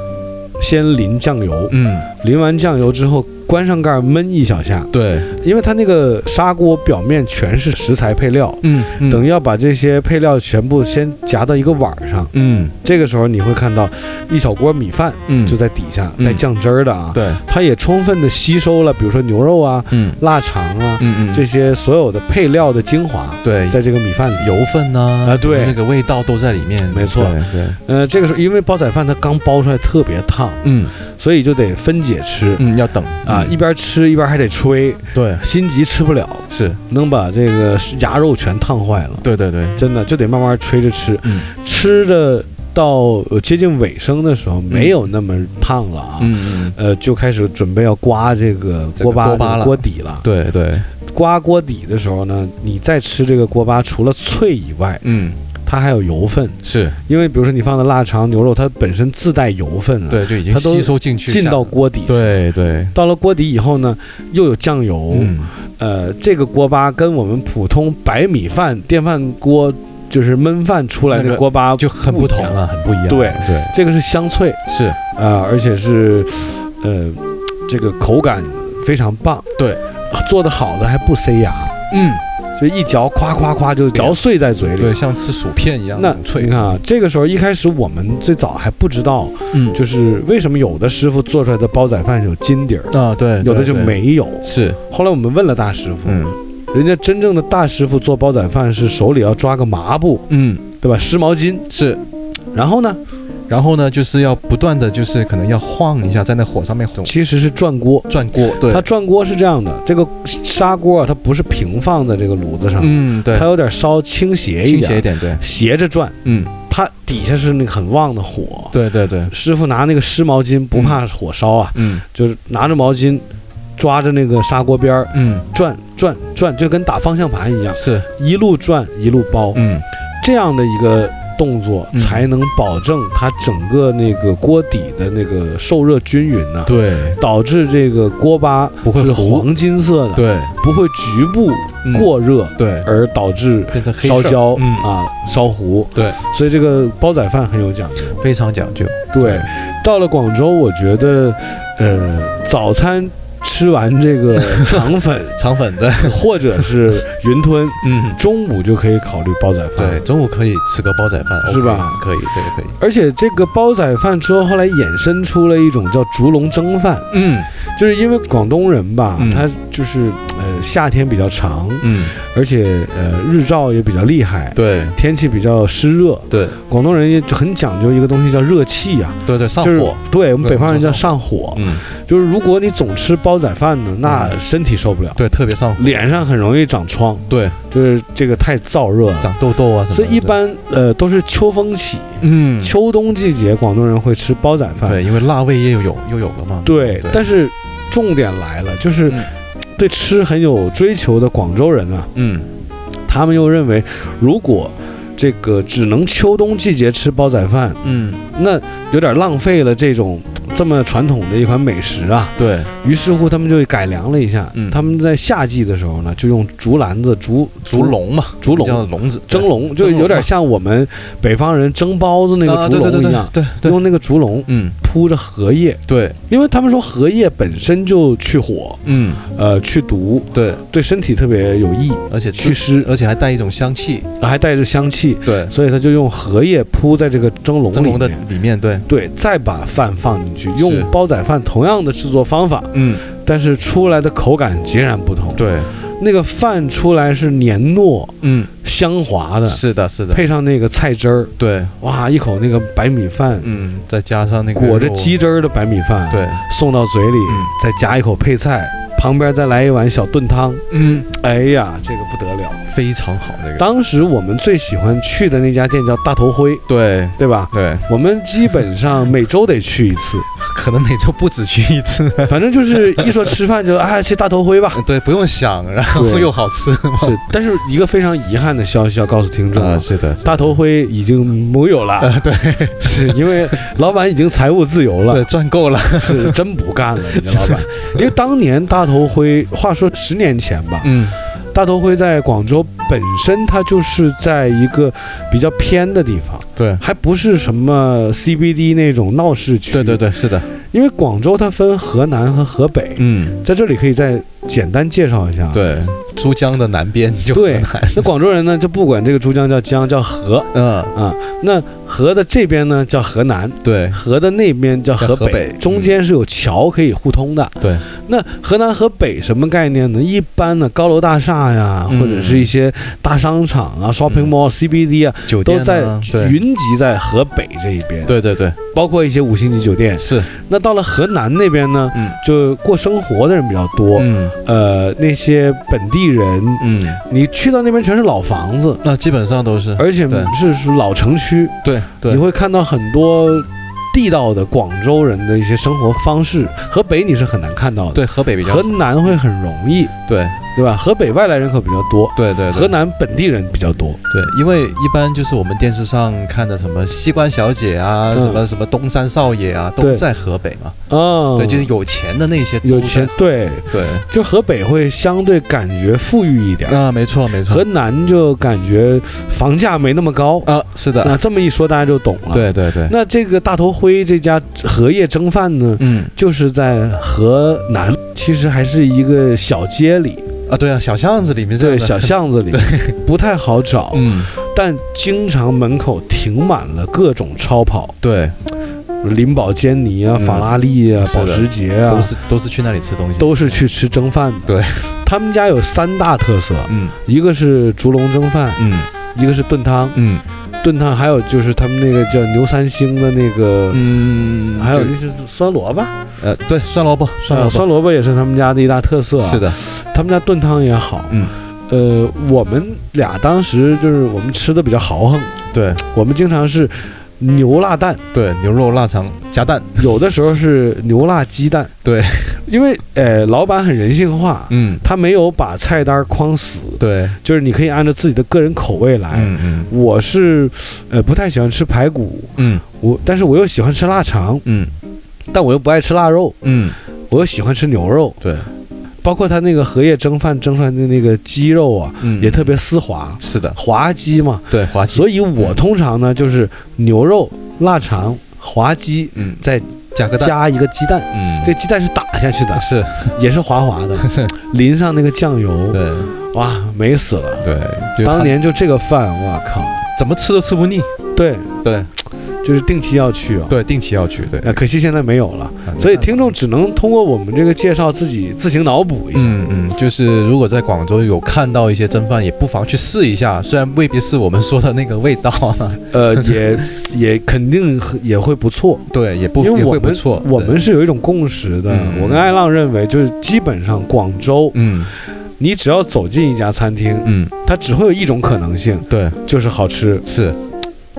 [SPEAKER 1] 先淋酱油，
[SPEAKER 2] 嗯
[SPEAKER 1] 淋完酱油之后关上盖儿焖一小下，
[SPEAKER 2] 对，
[SPEAKER 1] 因为它那个砂锅表面全是食材配料，
[SPEAKER 2] 嗯嗯
[SPEAKER 1] 等要把这些配料全部先夹到一个碗儿上，
[SPEAKER 2] 嗯
[SPEAKER 1] 这个时候你会看到一小锅米饭
[SPEAKER 2] 嗯
[SPEAKER 1] 就在底下
[SPEAKER 2] 嗯
[SPEAKER 1] 带酱汁儿的啊，
[SPEAKER 2] 对，
[SPEAKER 1] 它也充分的吸收了，比如说牛肉啊、
[SPEAKER 2] 嗯
[SPEAKER 1] 腊肠啊
[SPEAKER 2] 嗯嗯，嗯
[SPEAKER 1] 这些所有的配料的精华，
[SPEAKER 2] 对
[SPEAKER 1] 在这个米饭里。
[SPEAKER 2] 油分呐
[SPEAKER 1] 啊对
[SPEAKER 2] 那个味道都在里面，
[SPEAKER 1] 没错
[SPEAKER 2] 对对，
[SPEAKER 1] 呃，这个时候因为煲仔饭它刚煲出来特别烫，
[SPEAKER 2] 嗯
[SPEAKER 1] 所以就得分解吃。
[SPEAKER 2] 嗯，要等
[SPEAKER 1] 啊，
[SPEAKER 2] 嗯
[SPEAKER 1] 一边吃一边还得吹，
[SPEAKER 2] 对
[SPEAKER 1] 心急吃不了，
[SPEAKER 2] 是，
[SPEAKER 1] 能把这个牙肉全烫坏了。
[SPEAKER 2] 对对对，
[SPEAKER 1] 真的就得慢慢吹着吃，
[SPEAKER 2] 嗯
[SPEAKER 1] 吃着到呃接近尾声的时候，没有那么烫了啊。
[SPEAKER 2] 嗯嗯，
[SPEAKER 1] 呃，就开始准备要刮这个
[SPEAKER 2] 这个
[SPEAKER 1] 锅巴
[SPEAKER 2] 锅巴
[SPEAKER 1] 这个
[SPEAKER 2] 了
[SPEAKER 1] 锅底了。
[SPEAKER 2] 对对，
[SPEAKER 1] 刮锅底的时候呢，你再吃这个锅巴，除了脆以外，
[SPEAKER 2] 嗯
[SPEAKER 1] 它还有油分。
[SPEAKER 2] 是
[SPEAKER 1] 因为比如说你放的腊肠、牛肉，它本身自带油分啊，
[SPEAKER 2] 对，就已经
[SPEAKER 1] 它都
[SPEAKER 2] 吸收进去下，
[SPEAKER 1] 进到锅底。，
[SPEAKER 2] 对对，
[SPEAKER 1] 到了锅底以后呢，又有酱油。
[SPEAKER 2] 嗯
[SPEAKER 1] 呃，这个锅巴跟我们普通白米饭、电饭锅就是焖饭出来
[SPEAKER 2] 那
[SPEAKER 1] 的
[SPEAKER 2] 个
[SPEAKER 1] 锅巴
[SPEAKER 2] 就很不
[SPEAKER 1] 不一
[SPEAKER 2] 同
[SPEAKER 1] 样
[SPEAKER 2] 了，很不一样，
[SPEAKER 1] 对
[SPEAKER 2] 对
[SPEAKER 1] 这个是香脆
[SPEAKER 2] 是，
[SPEAKER 1] 啊、而且是呃这个口感非常棒。
[SPEAKER 2] 对
[SPEAKER 1] 啊，做的好的还不塞牙，
[SPEAKER 2] 嗯
[SPEAKER 1] 就一嚼夸夸夸就嚼碎在嘴
[SPEAKER 2] 对，
[SPEAKER 1] 里。
[SPEAKER 2] 像吃薯片一样
[SPEAKER 1] 那
[SPEAKER 2] 很
[SPEAKER 1] 你
[SPEAKER 2] 脆，
[SPEAKER 1] 看啊，这个时候一开始我们最早还不知道，
[SPEAKER 2] 嗯
[SPEAKER 1] 就是为什么有的师傅做出来的煲仔饭有筋底儿，
[SPEAKER 2] 啊对，
[SPEAKER 1] 有的
[SPEAKER 2] 对
[SPEAKER 1] 就
[SPEAKER 2] 对
[SPEAKER 1] 没有。
[SPEAKER 2] 是，
[SPEAKER 1] 后来我们问了大师傅，
[SPEAKER 2] 嗯
[SPEAKER 1] 人家真正的大师傅做煲仔饭是手里要抓个麻布，
[SPEAKER 2] 嗯
[SPEAKER 1] 对吧？湿毛巾，
[SPEAKER 2] 是。
[SPEAKER 1] 然后呢，
[SPEAKER 2] 然后呢，就是要不断的就是可能要晃一下，在那火上面转
[SPEAKER 1] 其实是转锅。
[SPEAKER 2] 转锅，对
[SPEAKER 1] 它，转锅是这样的，这个砂锅啊，它不是平放在这个炉子上，
[SPEAKER 2] 嗯对
[SPEAKER 1] 它，有点稍倾斜一
[SPEAKER 2] 倾斜一
[SPEAKER 1] 点，
[SPEAKER 2] 点，对，
[SPEAKER 1] 斜着转，
[SPEAKER 2] 嗯
[SPEAKER 1] 它底下是那个很旺的火。
[SPEAKER 2] 对对对，
[SPEAKER 1] 师傅拿那个湿毛巾不怕火烧啊，
[SPEAKER 2] 嗯
[SPEAKER 1] 就是拿着毛巾抓着那个砂锅边儿
[SPEAKER 2] 嗯
[SPEAKER 1] 转转转，就跟打方向盘一样，
[SPEAKER 2] 是，
[SPEAKER 1] 一路转一路包。
[SPEAKER 2] 嗯
[SPEAKER 1] 这样的一个动作，
[SPEAKER 2] 嗯
[SPEAKER 1] 才能保证它整个那个锅底的那个受热均匀呢、
[SPEAKER 2] 对
[SPEAKER 1] 导致这个锅巴
[SPEAKER 2] 不会
[SPEAKER 1] 是
[SPEAKER 2] 糊
[SPEAKER 1] 黄金色的，
[SPEAKER 2] 对
[SPEAKER 1] 不会局部
[SPEAKER 2] 嗯
[SPEAKER 1] 过热
[SPEAKER 2] 对，
[SPEAKER 1] 而导致
[SPEAKER 2] 变成黑
[SPEAKER 1] 烧
[SPEAKER 2] 色
[SPEAKER 1] 焦
[SPEAKER 2] 嗯
[SPEAKER 1] 啊烧糊。
[SPEAKER 2] 对，
[SPEAKER 1] 所以这个煲仔饭很有讲究。
[SPEAKER 2] 非常讲究，
[SPEAKER 1] 对，到了广州，我觉得，呃，早餐。吃完这个肠粉
[SPEAKER 2] *laughs* 肠粉对，
[SPEAKER 1] 或者是云吞，
[SPEAKER 2] 嗯
[SPEAKER 1] 中午就可以考虑煲仔饭。
[SPEAKER 2] 对，，中午可以吃个煲仔饭，
[SPEAKER 1] 啊是
[SPEAKER 2] OK
[SPEAKER 1] 吧
[SPEAKER 2] 的可以，这个可以，
[SPEAKER 1] 而且这个煲仔饭之后，后来衍生出了一种叫竹笼蒸饭，
[SPEAKER 2] 嗯
[SPEAKER 1] 就是因为广东人吧，
[SPEAKER 2] 嗯
[SPEAKER 1] 他就是呃夏天比较长，
[SPEAKER 2] 嗯
[SPEAKER 1] 而且呃日照也比较厉害，
[SPEAKER 2] 对
[SPEAKER 1] 天气比较湿热，
[SPEAKER 2] 对
[SPEAKER 1] 广东人也就很讲究一个东西叫热气呀、
[SPEAKER 2] 对对上
[SPEAKER 1] 就是
[SPEAKER 2] 火，
[SPEAKER 1] 对我们北
[SPEAKER 2] 对
[SPEAKER 1] 方人叫
[SPEAKER 2] 叫
[SPEAKER 1] 上火，
[SPEAKER 2] 嗯
[SPEAKER 1] 就是如果你总吃煲仔饭呢，那身体受不了，
[SPEAKER 2] 对，特别上火，
[SPEAKER 1] 脸上很容易长疮，
[SPEAKER 2] 对，
[SPEAKER 1] 就是这个太燥热了。
[SPEAKER 2] 长痘痘啊什么的，
[SPEAKER 1] 所以一
[SPEAKER 2] 对
[SPEAKER 1] 般呃都是秋风起，
[SPEAKER 2] 嗯
[SPEAKER 1] 秋冬季节广东人会吃煲仔饭，
[SPEAKER 2] 对，因为辣味也有又有了嘛，
[SPEAKER 1] 对，但
[SPEAKER 2] 是
[SPEAKER 1] 是重点来了，就是
[SPEAKER 2] 嗯
[SPEAKER 1] 对吃很有追求的广州人啊，
[SPEAKER 2] 嗯
[SPEAKER 1] 他们又认为，如果这个只能秋冬季节吃煲仔饭，
[SPEAKER 2] 嗯，
[SPEAKER 1] 那有点浪费了这种这么传统的一款美食啊。
[SPEAKER 2] 对，
[SPEAKER 1] 于是乎，他们就改良了一下，
[SPEAKER 2] 嗯
[SPEAKER 1] 他们在夏季的时候呢，就用竹篮子、竹
[SPEAKER 2] 竹笼嘛，
[SPEAKER 1] 竹笼
[SPEAKER 2] 叫笼子，
[SPEAKER 1] 蒸
[SPEAKER 2] 对
[SPEAKER 1] 笼，就有点像我们北方人蒸包子那
[SPEAKER 2] 啊
[SPEAKER 1] 个竹
[SPEAKER 2] 对对对
[SPEAKER 1] 笼一样，
[SPEAKER 2] 对对对，
[SPEAKER 1] 用那个竹笼
[SPEAKER 2] 嗯，
[SPEAKER 1] 铺着荷叶，
[SPEAKER 2] 对，
[SPEAKER 1] 因为他们说荷叶本身就去火，
[SPEAKER 2] 嗯，
[SPEAKER 1] 呃，去毒，
[SPEAKER 2] 对，
[SPEAKER 1] 对身体特别有益，
[SPEAKER 2] 而且
[SPEAKER 1] 祛湿，
[SPEAKER 2] 而且还带一种香气，
[SPEAKER 1] 还带着香气，
[SPEAKER 2] 对，
[SPEAKER 1] 所以他就用荷叶铺在这个蒸笼
[SPEAKER 2] 蒸
[SPEAKER 1] 里
[SPEAKER 2] 笼的
[SPEAKER 1] 面。
[SPEAKER 2] 里面，对，
[SPEAKER 1] 对，再把饭放进去，
[SPEAKER 2] 是
[SPEAKER 1] 用煲仔饭同样的制作方法，
[SPEAKER 2] 嗯，
[SPEAKER 1] 但是出来的口感截然不同。
[SPEAKER 2] 对，
[SPEAKER 1] 那个饭出来是黏糯
[SPEAKER 2] 嗯，
[SPEAKER 1] 香滑的，
[SPEAKER 2] 是的，是的，
[SPEAKER 1] 配上那个菜汁儿，
[SPEAKER 2] 对，
[SPEAKER 1] 哇，一口那个白米饭，
[SPEAKER 2] 嗯，再加上那个
[SPEAKER 1] 裹着
[SPEAKER 2] 肉
[SPEAKER 1] 鸡，汁儿的白米饭，，
[SPEAKER 2] 对，
[SPEAKER 1] 送到嘴里，
[SPEAKER 2] 嗯
[SPEAKER 1] 再夹一口配菜，旁边再来一碗小炖汤，
[SPEAKER 2] 嗯，
[SPEAKER 1] 哎呀，这个不得了！
[SPEAKER 2] 非常好那个，
[SPEAKER 1] 当时我们最喜欢去的那家店叫大头灰，
[SPEAKER 2] 对
[SPEAKER 1] 对吧？
[SPEAKER 2] 对，
[SPEAKER 1] 我们基本上每周得去一
[SPEAKER 2] *laughs*
[SPEAKER 1] 次，
[SPEAKER 2] 可能每周不止去一次， *laughs*
[SPEAKER 1] 反正就是一说吃饭就啊去大头灰吧。
[SPEAKER 2] 对，不用想，然后
[SPEAKER 1] 对
[SPEAKER 2] 又好吃嘛， *laughs*
[SPEAKER 1] 是，但是一个非常遗憾的消息要告诉听众啊
[SPEAKER 2] 啊，，是的，是的
[SPEAKER 1] 大头灰已经没有了，
[SPEAKER 2] 对
[SPEAKER 1] *laughs* 是因为老板已经财务自由了
[SPEAKER 2] 对，，赚够了，
[SPEAKER 1] 是真不
[SPEAKER 2] *laughs*
[SPEAKER 1] 干了，人家老板。因为当年大头灰，话说十年前吧，
[SPEAKER 2] 嗯，
[SPEAKER 1] 大头灰在广州本身它就是在一个比较偏的地方，
[SPEAKER 2] 对，
[SPEAKER 1] 还不是什么 CBD 那种闹市区。
[SPEAKER 2] 对对，对，是的，
[SPEAKER 1] 因为广州它分河南和河北，
[SPEAKER 2] 嗯，
[SPEAKER 1] 在这里可以再简单介绍一下。。
[SPEAKER 2] 对，珠江的南边就
[SPEAKER 1] 对
[SPEAKER 2] 很难，
[SPEAKER 1] 那广州人呢，就不管这个珠江叫江叫河，
[SPEAKER 2] 嗯，
[SPEAKER 1] 那河的这边呢叫河南，
[SPEAKER 2] 对
[SPEAKER 1] 河的那边叫河
[SPEAKER 2] 叫河北
[SPEAKER 1] 中间是有桥可以互通的。
[SPEAKER 2] 对，
[SPEAKER 1] 那河南河北什么概念呢？一般呢，高楼大厦呀，
[SPEAKER 2] 嗯
[SPEAKER 1] 或者是一些大商场啊、shopping mall、CBD 啊，
[SPEAKER 2] 酒店
[SPEAKER 1] 都
[SPEAKER 2] 啊
[SPEAKER 1] 在
[SPEAKER 2] 对
[SPEAKER 1] 云集在河北这一边，，
[SPEAKER 2] 对对对，
[SPEAKER 1] 包括一些五星级酒店。
[SPEAKER 2] 是，
[SPEAKER 1] 那到了河南那边呢，
[SPEAKER 2] 嗯
[SPEAKER 1] 就过生活的人比较多，
[SPEAKER 2] 嗯
[SPEAKER 1] 呃，那些本地人，
[SPEAKER 2] 嗯，
[SPEAKER 1] 你去到那边全是老房子，
[SPEAKER 2] 那基本上都是，
[SPEAKER 1] 而且
[SPEAKER 2] 对
[SPEAKER 1] 是是老城区，
[SPEAKER 2] 对
[SPEAKER 1] 你
[SPEAKER 2] 对，
[SPEAKER 1] 会看到很多地道的广州人的一些生活方式。河北你是很难看到的，
[SPEAKER 2] 对河北比较
[SPEAKER 1] 河，南会很容易，
[SPEAKER 2] 对
[SPEAKER 1] 对吧？河北外来人口比较多，
[SPEAKER 2] 对对，对
[SPEAKER 1] 河南本地人比较多。
[SPEAKER 2] 对，因为一般就是我们电视上看的什么西关小姐啊，
[SPEAKER 1] 嗯
[SPEAKER 2] 什么什么东山少爷啊，都
[SPEAKER 1] 对
[SPEAKER 2] 在河北嘛，
[SPEAKER 1] 嗯，
[SPEAKER 2] 对，就是有钱的那些都
[SPEAKER 1] 有
[SPEAKER 2] 在
[SPEAKER 1] 钱，，对，
[SPEAKER 2] 对，
[SPEAKER 1] 就河北会相对感觉富裕一点，
[SPEAKER 2] 啊，没错没错
[SPEAKER 1] 河，南就感觉房价没那么高。
[SPEAKER 2] 啊，是的，
[SPEAKER 1] 那这么一说，大家就懂了。。
[SPEAKER 2] 对对对，
[SPEAKER 1] 那这个大头灰这家荷叶蒸饭呢，
[SPEAKER 2] 嗯
[SPEAKER 1] 就是在河南，其实还是一个小街里，
[SPEAKER 2] 啊，对啊，小巷子里面这
[SPEAKER 1] 对，
[SPEAKER 2] 样的，
[SPEAKER 1] 小巷子里不太好找，
[SPEAKER 2] 嗯，
[SPEAKER 1] 但经常门口停满了各种超跑，
[SPEAKER 2] 对，
[SPEAKER 1] 林宝坚尼啊、
[SPEAKER 2] 嗯
[SPEAKER 1] 法拉利啊、
[SPEAKER 2] 是的
[SPEAKER 1] 保时捷
[SPEAKER 2] 都
[SPEAKER 1] 啊，
[SPEAKER 2] 是都是去那里吃东西，
[SPEAKER 1] 都是去吃蒸饭的。
[SPEAKER 2] 对，
[SPEAKER 1] 他们家有三大特色，
[SPEAKER 2] 嗯
[SPEAKER 1] 一个是竹笼蒸饭，
[SPEAKER 2] 嗯
[SPEAKER 1] 一个是炖汤，
[SPEAKER 2] 嗯
[SPEAKER 1] 炖汤还有就是他们那个叫牛三星的那个，
[SPEAKER 2] 嗯，
[SPEAKER 1] 还有
[SPEAKER 2] 就
[SPEAKER 1] 就是酸萝卜，
[SPEAKER 2] 呃，对，涮萝卜，涮
[SPEAKER 1] 啊
[SPEAKER 2] 萝
[SPEAKER 1] 酸
[SPEAKER 2] 卜，
[SPEAKER 1] 萝卜也是他们家的一大特色啊。
[SPEAKER 2] 是的，
[SPEAKER 1] 他们家炖汤也好，
[SPEAKER 2] 嗯，
[SPEAKER 1] 呃，我们俩当时就是我们吃的比较豪横，
[SPEAKER 2] 对
[SPEAKER 1] 我们经常是牛辣蛋，
[SPEAKER 2] 对，牛肉腊肠夹蛋，
[SPEAKER 1] 有的时候是牛辣鸡蛋，
[SPEAKER 2] *laughs* 对，
[SPEAKER 1] 因为呃，老板很人性化。
[SPEAKER 2] 嗯，
[SPEAKER 1] 他没有把菜单框死，
[SPEAKER 2] 对，
[SPEAKER 1] 就是你可以按照自己的个人口味来。
[SPEAKER 2] 嗯嗯
[SPEAKER 1] 我是，呃，不太喜欢吃排骨，
[SPEAKER 2] 嗯
[SPEAKER 1] 我但是我又喜欢吃腊肠，
[SPEAKER 2] 嗯
[SPEAKER 1] 但我又不爱吃腊肉，
[SPEAKER 2] 嗯，
[SPEAKER 1] 我又喜欢吃牛肉，
[SPEAKER 2] 对，
[SPEAKER 1] 包括他那个荷叶蒸饭蒸出来的那个鸡肉啊，
[SPEAKER 2] 嗯，
[SPEAKER 1] 也特别丝滑，
[SPEAKER 2] 是的。
[SPEAKER 1] 滑鸡嘛，
[SPEAKER 2] 对，滑稽，
[SPEAKER 1] 所以我通常呢就是牛肉、腊肠、滑鸡，
[SPEAKER 2] 嗯，
[SPEAKER 1] 再
[SPEAKER 2] 加个蛋，
[SPEAKER 1] 加一个鸡蛋。
[SPEAKER 2] 嗯，啊
[SPEAKER 1] 这鸡蛋是打下去
[SPEAKER 2] *laughs*
[SPEAKER 1] 的，
[SPEAKER 2] 是，
[SPEAKER 1] 也是滑滑
[SPEAKER 2] *laughs*
[SPEAKER 1] 的，
[SPEAKER 2] 是，
[SPEAKER 1] 淋上那个酱油，
[SPEAKER 2] 对
[SPEAKER 1] 哇，美死了！
[SPEAKER 2] 对，就是
[SPEAKER 1] 当
[SPEAKER 2] 它
[SPEAKER 1] 年就这个饭，我靠，
[SPEAKER 2] 怎么吃都吃不腻，
[SPEAKER 1] 对，
[SPEAKER 2] 对
[SPEAKER 1] 就是定期要去啊。
[SPEAKER 2] 对，定期要去，对，嗯
[SPEAKER 1] 呃，可惜现在没有了，呃所以听众只能通过我们这个介绍自己自行脑补一下。
[SPEAKER 2] 嗯嗯，就是如果在广州有看到一些蒸饭，也不妨去试一下，虽然未必是我们说的那个味道，啊
[SPEAKER 1] 呃，
[SPEAKER 2] *laughs*
[SPEAKER 1] 也也肯定也会不错，
[SPEAKER 2] 对，也不
[SPEAKER 1] 因为
[SPEAKER 2] 也
[SPEAKER 1] 我
[SPEAKER 2] 会不
[SPEAKER 1] 们
[SPEAKER 2] 错，
[SPEAKER 1] 我
[SPEAKER 2] 对
[SPEAKER 1] 们是有一种共识的。
[SPEAKER 2] 嗯
[SPEAKER 1] 我跟艾浪认为，就是基本上广州，
[SPEAKER 2] 嗯
[SPEAKER 1] 你只要走进一家餐厅，
[SPEAKER 2] 嗯，
[SPEAKER 1] 它只会有一种可能性，
[SPEAKER 2] 对，
[SPEAKER 1] 就是好吃。
[SPEAKER 2] 是，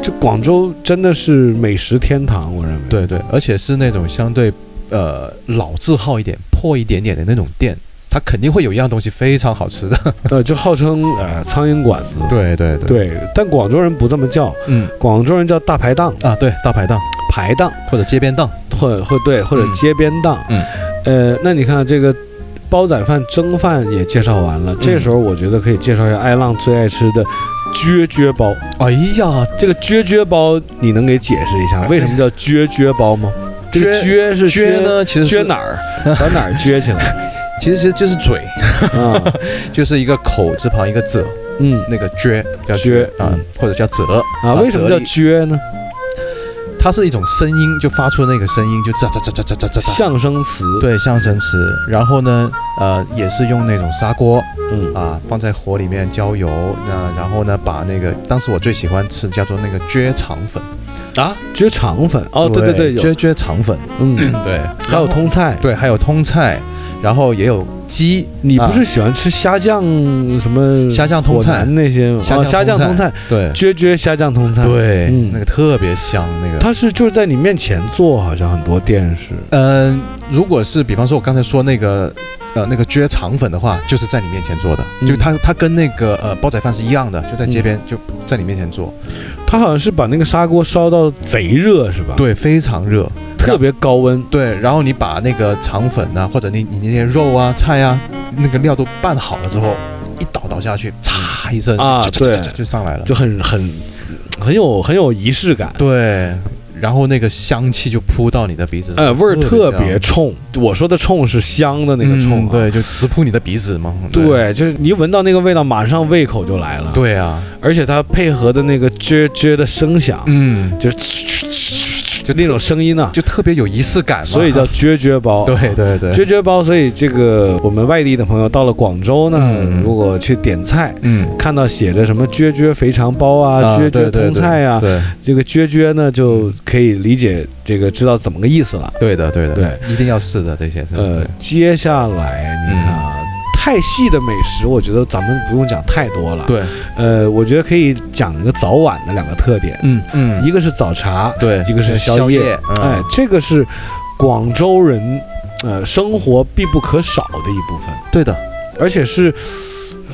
[SPEAKER 1] 就广州真的是美食天堂，我认为。
[SPEAKER 2] 对对，而且是那种相对呃老字号一点、破一点点的那种店。它肯定会有一样东西非常好吃的。
[SPEAKER 1] 呃，就号称呃苍蝇馆子。
[SPEAKER 2] 对对对，
[SPEAKER 1] 对，但广州人不这么叫，
[SPEAKER 2] 嗯
[SPEAKER 1] 广州人叫大排档、
[SPEAKER 2] 啊，对大排档
[SPEAKER 1] 排档，
[SPEAKER 2] 或者街边档，
[SPEAKER 1] 或或对，或者
[SPEAKER 2] 嗯
[SPEAKER 1] 街边档。
[SPEAKER 2] 嗯，
[SPEAKER 1] 呃，那你看这个煲仔饭、蒸饭也介绍完了，
[SPEAKER 2] 嗯
[SPEAKER 1] 这时候我觉得可以介绍一下艾浪最爱吃的撅撅包。
[SPEAKER 2] 哎呀，
[SPEAKER 1] 这个撅撅包，你能给解释一下
[SPEAKER 2] 啊
[SPEAKER 1] 为什么叫撅撅包吗？这个撅是
[SPEAKER 2] 撅？呢其实是
[SPEAKER 1] 撅哪儿？把哪儿撅起
[SPEAKER 2] *laughs*
[SPEAKER 1] 来？
[SPEAKER 2] 其实其实就是嘴，
[SPEAKER 1] 啊，
[SPEAKER 2] 就是一个口字旁一个者，
[SPEAKER 1] 嗯
[SPEAKER 2] 那个撅叫
[SPEAKER 1] 撅
[SPEAKER 2] 撅啊
[SPEAKER 1] 嗯，
[SPEAKER 2] 或者叫折，
[SPEAKER 1] 啊，为什么叫
[SPEAKER 2] 折力
[SPEAKER 1] 撅呢？
[SPEAKER 2] 它是一种声音，就发出那个声音，就喳喳喳喳喳喳喳喳。
[SPEAKER 1] 象声词。，
[SPEAKER 2] 对象声词，然后呢，呃，也是用那种砂锅
[SPEAKER 1] 嗯
[SPEAKER 2] 啊，放在火里面浇油，那然后呢，把那个当时我最喜欢吃叫做那个撅肠粉，
[SPEAKER 1] 啊，撅肠粉。哦，对对对，有
[SPEAKER 2] 撅撅肠
[SPEAKER 1] *clears throat*
[SPEAKER 2] 粉，
[SPEAKER 1] 嗯，
[SPEAKER 2] 对，
[SPEAKER 1] 还有通菜。
[SPEAKER 2] 对，还有通菜，然后也有鸡，
[SPEAKER 1] 你不
[SPEAKER 2] 啊
[SPEAKER 1] 是喜欢吃虾酱什么
[SPEAKER 2] 虾酱通
[SPEAKER 1] 果
[SPEAKER 2] 菜
[SPEAKER 1] 篮那些吗？
[SPEAKER 2] 虾
[SPEAKER 1] 哦
[SPEAKER 2] 酱
[SPEAKER 1] 虾酱通
[SPEAKER 2] 通
[SPEAKER 1] 菜，
[SPEAKER 2] 对
[SPEAKER 1] 撅撅虾酱通菜。，
[SPEAKER 2] 对，
[SPEAKER 1] 嗯
[SPEAKER 2] 那个特别香那个。
[SPEAKER 1] 它是就是在你面前做，好像很多店是。
[SPEAKER 2] 嗯、如果是比方说我刚才说那个。呃，那个撅肠粉的话，就是在你面前做的，
[SPEAKER 1] 嗯
[SPEAKER 2] 就它它跟那个呃煲仔饭是一样的，就在街边、就在你面前做，
[SPEAKER 1] 它好像是把那个砂锅烧到贼热是吧？，
[SPEAKER 2] 对，啊非常热，
[SPEAKER 1] 特别高温。
[SPEAKER 2] 对，然后你把那个肠粉啊，或者你你那些肉啊、菜啊，那个料都拌好了之后，一倒倒下去，嚓一声
[SPEAKER 1] 啊
[SPEAKER 2] 就就就
[SPEAKER 1] 对
[SPEAKER 2] 就就上来了。
[SPEAKER 1] 就很很很有很有仪式感，
[SPEAKER 2] 对，然后那个香气就扑到你的鼻子上，
[SPEAKER 1] 呃，味儿特别
[SPEAKER 2] 香
[SPEAKER 1] 冲。我说的冲是香的那个冲、
[SPEAKER 2] 嗯
[SPEAKER 1] 啊
[SPEAKER 2] 对，就直扑你的鼻子嘛。
[SPEAKER 1] 对，就是你一闻到那个味道，马上胃口就来了。，
[SPEAKER 2] 对啊，
[SPEAKER 1] 而且它配合的那个撅撅的声响，
[SPEAKER 2] 嗯，
[SPEAKER 1] 就是就那种声音呢、
[SPEAKER 2] 就特别有仪式感嘛，
[SPEAKER 1] 所以叫撅撅包。
[SPEAKER 2] *laughs* 对对对，
[SPEAKER 1] 撅撅包，所以这个我们外地的朋友到了广州呢，
[SPEAKER 2] 嗯
[SPEAKER 1] 如果去点菜，
[SPEAKER 2] 嗯
[SPEAKER 1] 看到写着什么撅撅肥肠包啊、撅撅
[SPEAKER 2] 对对
[SPEAKER 1] 通菜啊，
[SPEAKER 2] 对
[SPEAKER 1] 这个撅撅呢就可以理解这个知道怎么个意思了。
[SPEAKER 2] 对的嗯对的，
[SPEAKER 1] 对，
[SPEAKER 2] 一定要试的这些，
[SPEAKER 1] 呃
[SPEAKER 2] 对，嗯
[SPEAKER 1] 接下来你看啊，太细的美食，我觉得咱们不用讲太多了。，
[SPEAKER 2] 对，
[SPEAKER 1] 呃，我觉得可以讲一个早晚的两个特点，
[SPEAKER 2] 嗯嗯，
[SPEAKER 1] 一个是早茶，
[SPEAKER 2] 对，
[SPEAKER 1] 一个是宵夜
[SPEAKER 2] 夜，嗯
[SPEAKER 1] 哎，这个是广州人呃生活必不可少的一部分，
[SPEAKER 2] 对的，
[SPEAKER 1] 而且是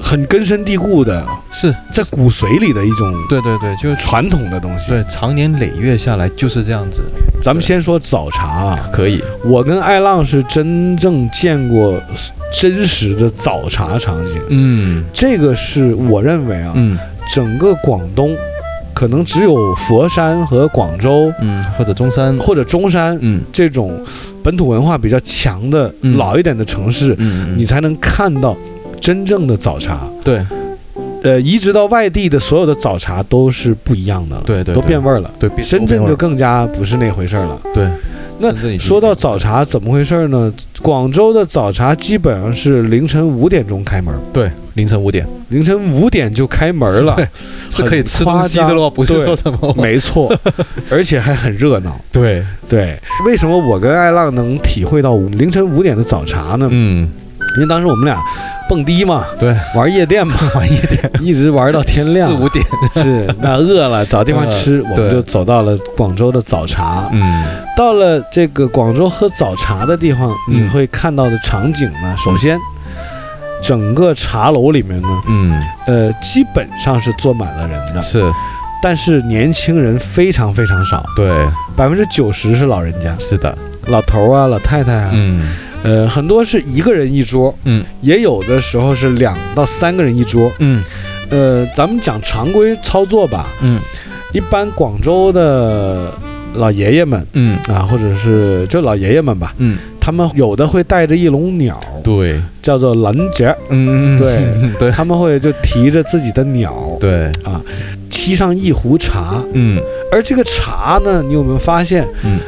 [SPEAKER 1] 很根深蒂固的，
[SPEAKER 2] 是
[SPEAKER 1] 在骨髓里的一种
[SPEAKER 2] 对对对，就
[SPEAKER 1] 传统的东西。
[SPEAKER 2] 对，常年累月下来就是这样子，
[SPEAKER 1] 咱们
[SPEAKER 2] 对
[SPEAKER 1] 先说早茶啊，
[SPEAKER 2] 可以。
[SPEAKER 1] 我跟艾浪是真正见过真实的早茶场景。
[SPEAKER 2] 嗯
[SPEAKER 1] 这个是我认为啊，
[SPEAKER 2] 嗯
[SPEAKER 1] 整个广东可能只有佛山和广州
[SPEAKER 2] 嗯，或者中山，
[SPEAKER 1] 或者中山
[SPEAKER 2] 嗯
[SPEAKER 1] 这种本土文化比较强的
[SPEAKER 2] 嗯
[SPEAKER 1] 老一点的城市，
[SPEAKER 2] 嗯，
[SPEAKER 1] 你才能看到真正的早茶。
[SPEAKER 2] 对
[SPEAKER 1] 呃，移植到外地的所有的早茶都是不一样的了，
[SPEAKER 2] 对对，
[SPEAKER 1] 都变味儿了。
[SPEAKER 2] 对，变
[SPEAKER 1] 深圳
[SPEAKER 2] 变味
[SPEAKER 1] 就
[SPEAKER 2] 儿
[SPEAKER 1] 更加不是那回事儿了。
[SPEAKER 2] 对。
[SPEAKER 1] 那
[SPEAKER 2] 深圳已经
[SPEAKER 1] 说到早茶怎么回事儿呢？广州的早茶基本上是凌晨五点钟开门，
[SPEAKER 2] 对凌晨五点
[SPEAKER 1] 凌晨五点就开门了，
[SPEAKER 2] *laughs* 对哦是可以吃东西的
[SPEAKER 1] 夸
[SPEAKER 2] 咯，不是说什么
[SPEAKER 1] 没
[SPEAKER 2] *laughs*
[SPEAKER 1] 错，而且还很热闹。
[SPEAKER 2] 对，
[SPEAKER 1] 对，为什么我跟艾浪能体会到凌晨五点的早茶呢？
[SPEAKER 2] 嗯
[SPEAKER 1] 因为当时我们俩蹦迪嘛，
[SPEAKER 2] 对，
[SPEAKER 1] 玩夜店
[SPEAKER 2] *laughs*
[SPEAKER 1] 嘛，
[SPEAKER 2] 晚一点
[SPEAKER 1] *laughs* 一直玩到天亮
[SPEAKER 2] 四。
[SPEAKER 1] *laughs*
[SPEAKER 2] 五点，
[SPEAKER 1] 是，那饿了找地方吃，我们
[SPEAKER 2] 嗯对
[SPEAKER 1] 就走到了广州的早茶。
[SPEAKER 2] 嗯
[SPEAKER 1] 到了这个广州喝早茶的地方，
[SPEAKER 2] 嗯
[SPEAKER 1] 你会看到的场景呢，首先，整个茶楼里面呢，
[SPEAKER 2] 嗯
[SPEAKER 1] 呃，基本上是坐满了人的，
[SPEAKER 2] 是
[SPEAKER 1] 但是年轻人非常非常少，
[SPEAKER 2] 对
[SPEAKER 1] 百分之九十是老人家，
[SPEAKER 2] 是的，
[SPEAKER 1] 老头儿啊、老太太啊，
[SPEAKER 2] 嗯
[SPEAKER 1] 呃，很多是一个人一桌，
[SPEAKER 2] 嗯，
[SPEAKER 1] 也有的时候是两到三个人一桌。
[SPEAKER 2] 嗯
[SPEAKER 1] 呃，咱们讲常规操作吧，
[SPEAKER 2] 嗯
[SPEAKER 1] 一般广州的老爷爷们
[SPEAKER 2] 嗯
[SPEAKER 1] 啊，或者是就老爷爷们吧，
[SPEAKER 2] 嗯
[SPEAKER 1] 他们有的会带着一笼鸟，
[SPEAKER 2] 对，
[SPEAKER 1] 叫做蓝
[SPEAKER 2] *laughs*
[SPEAKER 1] 节，
[SPEAKER 2] 嗯嗯
[SPEAKER 1] 对
[SPEAKER 2] 对
[SPEAKER 1] 他们会就提着自己的鸟，
[SPEAKER 2] *laughs* 对，
[SPEAKER 1] 沏上一壶茶。
[SPEAKER 2] 嗯
[SPEAKER 1] 而这个茶呢，你有没有发现，
[SPEAKER 2] 嗯，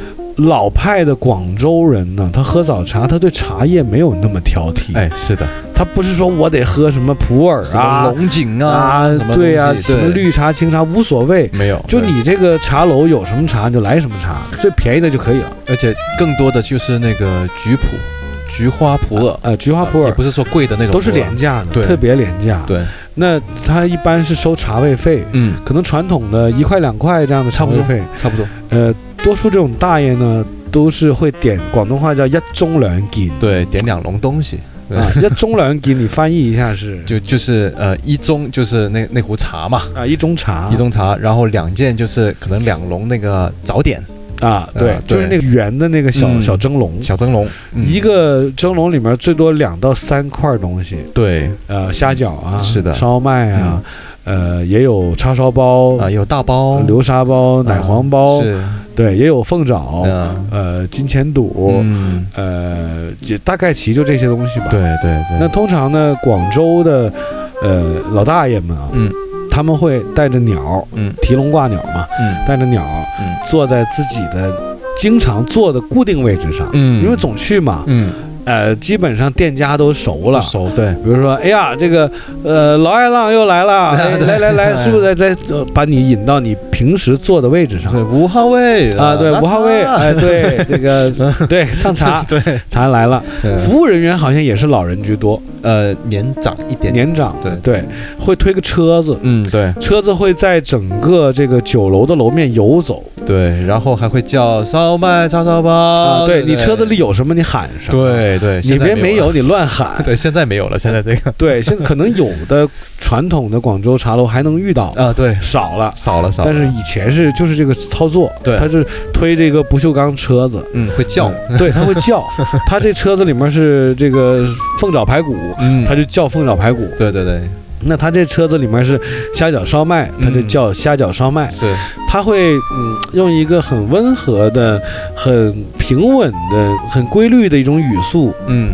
[SPEAKER 1] 老派的广州人呢，他喝早茶，他对茶叶没有那么挑剔，
[SPEAKER 2] 哎是的，
[SPEAKER 1] 他不是说我得喝什么普洱
[SPEAKER 2] 什么
[SPEAKER 1] 啊
[SPEAKER 2] 龙井
[SPEAKER 1] 啊
[SPEAKER 2] 什么，
[SPEAKER 1] 对
[SPEAKER 2] 呀
[SPEAKER 1] 呀、什么绿茶、清茶无所谓。
[SPEAKER 2] 没有，
[SPEAKER 1] 就
[SPEAKER 2] 对
[SPEAKER 1] 你这个茶楼有什么茶你就来什么茶，最便宜的就可以了。
[SPEAKER 2] 而且更多的就是那个菊普、菊花普洱、
[SPEAKER 1] 呃，菊花普
[SPEAKER 2] 啊也
[SPEAKER 1] 洱
[SPEAKER 2] 不是说贵的那种普
[SPEAKER 1] 都
[SPEAKER 2] 洱，
[SPEAKER 1] 是廉价的，
[SPEAKER 2] 对
[SPEAKER 1] 特别廉价。，
[SPEAKER 2] 对，
[SPEAKER 1] 那它一般是收茶位费，
[SPEAKER 2] 嗯，
[SPEAKER 1] 可能传统的一块两块这样的茶
[SPEAKER 2] 差不
[SPEAKER 1] 位
[SPEAKER 2] 多
[SPEAKER 1] 费。
[SPEAKER 2] 差不多，
[SPEAKER 1] 呃，多数这种大爷呢，都是会点广东话叫一盅两件，
[SPEAKER 2] 对，点两笼东西， *laughs*
[SPEAKER 1] 啊，要中两给你翻译一下是
[SPEAKER 2] 就就是呃一盅就是那那壶茶嘛，
[SPEAKER 1] 啊一盅茶，
[SPEAKER 2] 一盅茶，然后两件就是可能两笼那个早点
[SPEAKER 1] 啊，对
[SPEAKER 2] 啊，对
[SPEAKER 1] 就是那个圆的那个小
[SPEAKER 2] 嗯
[SPEAKER 1] 小蒸笼，
[SPEAKER 2] 小蒸笼，嗯
[SPEAKER 1] 一个蒸笼里面最多两到三块东西，
[SPEAKER 2] 对
[SPEAKER 1] 呃，虾饺啊，
[SPEAKER 2] 嗯是的嗯
[SPEAKER 1] 烧麦啊，呃，也有叉烧包
[SPEAKER 2] 啊、、有大包啊
[SPEAKER 1] 流沙包、哦奶黄包，
[SPEAKER 2] 是
[SPEAKER 1] 对，也有凤爪，
[SPEAKER 2] 嗯
[SPEAKER 1] 呃，金钱肚，
[SPEAKER 2] 嗯
[SPEAKER 1] 呃，也大概其就这些东西吧。
[SPEAKER 2] 对，对
[SPEAKER 1] 那
[SPEAKER 2] 对，
[SPEAKER 1] 通常呢，广州的呃老大爷们啊，
[SPEAKER 2] 嗯
[SPEAKER 1] 他们会带着鸟，
[SPEAKER 2] 嗯
[SPEAKER 1] 提笼挂鸟嘛，
[SPEAKER 2] 嗯
[SPEAKER 1] 带着鸟
[SPEAKER 2] 嗯
[SPEAKER 1] 坐在自己的经常坐的固定位置上，
[SPEAKER 2] 嗯
[SPEAKER 1] 因为总去嘛，
[SPEAKER 2] 嗯
[SPEAKER 1] 呃，基本上店家都熟
[SPEAKER 2] 不
[SPEAKER 1] 了。
[SPEAKER 2] 熟对
[SPEAKER 1] 比如说，哎呀，这个，呃，老爱浪又来了，哎
[SPEAKER 2] *laughs* 对
[SPEAKER 1] 来来来，
[SPEAKER 2] 对
[SPEAKER 1] 是不是来来、呃把你引到你平时坐的位置上
[SPEAKER 2] 对五号位
[SPEAKER 1] 啊？对
[SPEAKER 2] 拉，
[SPEAKER 1] 五号位，
[SPEAKER 2] 茶
[SPEAKER 1] 哎，对，
[SPEAKER 2] *laughs*
[SPEAKER 1] 这个对上茶
[SPEAKER 2] 对
[SPEAKER 1] 茶来了，
[SPEAKER 2] 对
[SPEAKER 1] 服务人员好像也是老人居多，
[SPEAKER 2] 呃年长一点，
[SPEAKER 1] 年长的
[SPEAKER 2] 对
[SPEAKER 1] 对，会推个车子，
[SPEAKER 2] 嗯对
[SPEAKER 1] 车子会在整个这个酒楼的楼面游走
[SPEAKER 2] 对，然后还会叫烧麦叉烧包
[SPEAKER 1] 啊，对
[SPEAKER 2] 对
[SPEAKER 1] 你车子里有什么你喊什么，
[SPEAKER 2] 对对，
[SPEAKER 1] 你
[SPEAKER 2] 现在
[SPEAKER 1] 别没
[SPEAKER 2] 没了
[SPEAKER 1] 有你乱喊
[SPEAKER 2] *laughs* ，对，现在没有了，现在这
[SPEAKER 1] *laughs*
[SPEAKER 2] 个
[SPEAKER 1] 对，现在可能有的传统的广州茶楼还能遇到，
[SPEAKER 2] 啊，对，
[SPEAKER 1] 少了。
[SPEAKER 2] 少了少了，
[SPEAKER 1] 但是以前是就是这个操作，
[SPEAKER 2] 对
[SPEAKER 1] 他是推这个不锈钢车子
[SPEAKER 2] 嗯，会叫，
[SPEAKER 1] 嗯对，他会
[SPEAKER 2] *laughs*
[SPEAKER 1] 叫，他这车子里面是这个凤爪排骨，
[SPEAKER 2] 嗯，
[SPEAKER 1] 他就叫凤爪排骨，
[SPEAKER 2] 对对对，
[SPEAKER 1] 那他这车子里面是虾饺烧麦，他就
[SPEAKER 2] 嗯
[SPEAKER 1] 叫虾饺烧麦，
[SPEAKER 2] 是，
[SPEAKER 1] 他会嗯用一个很温和的、很平稳的、很规律的一种语速，
[SPEAKER 2] 嗯，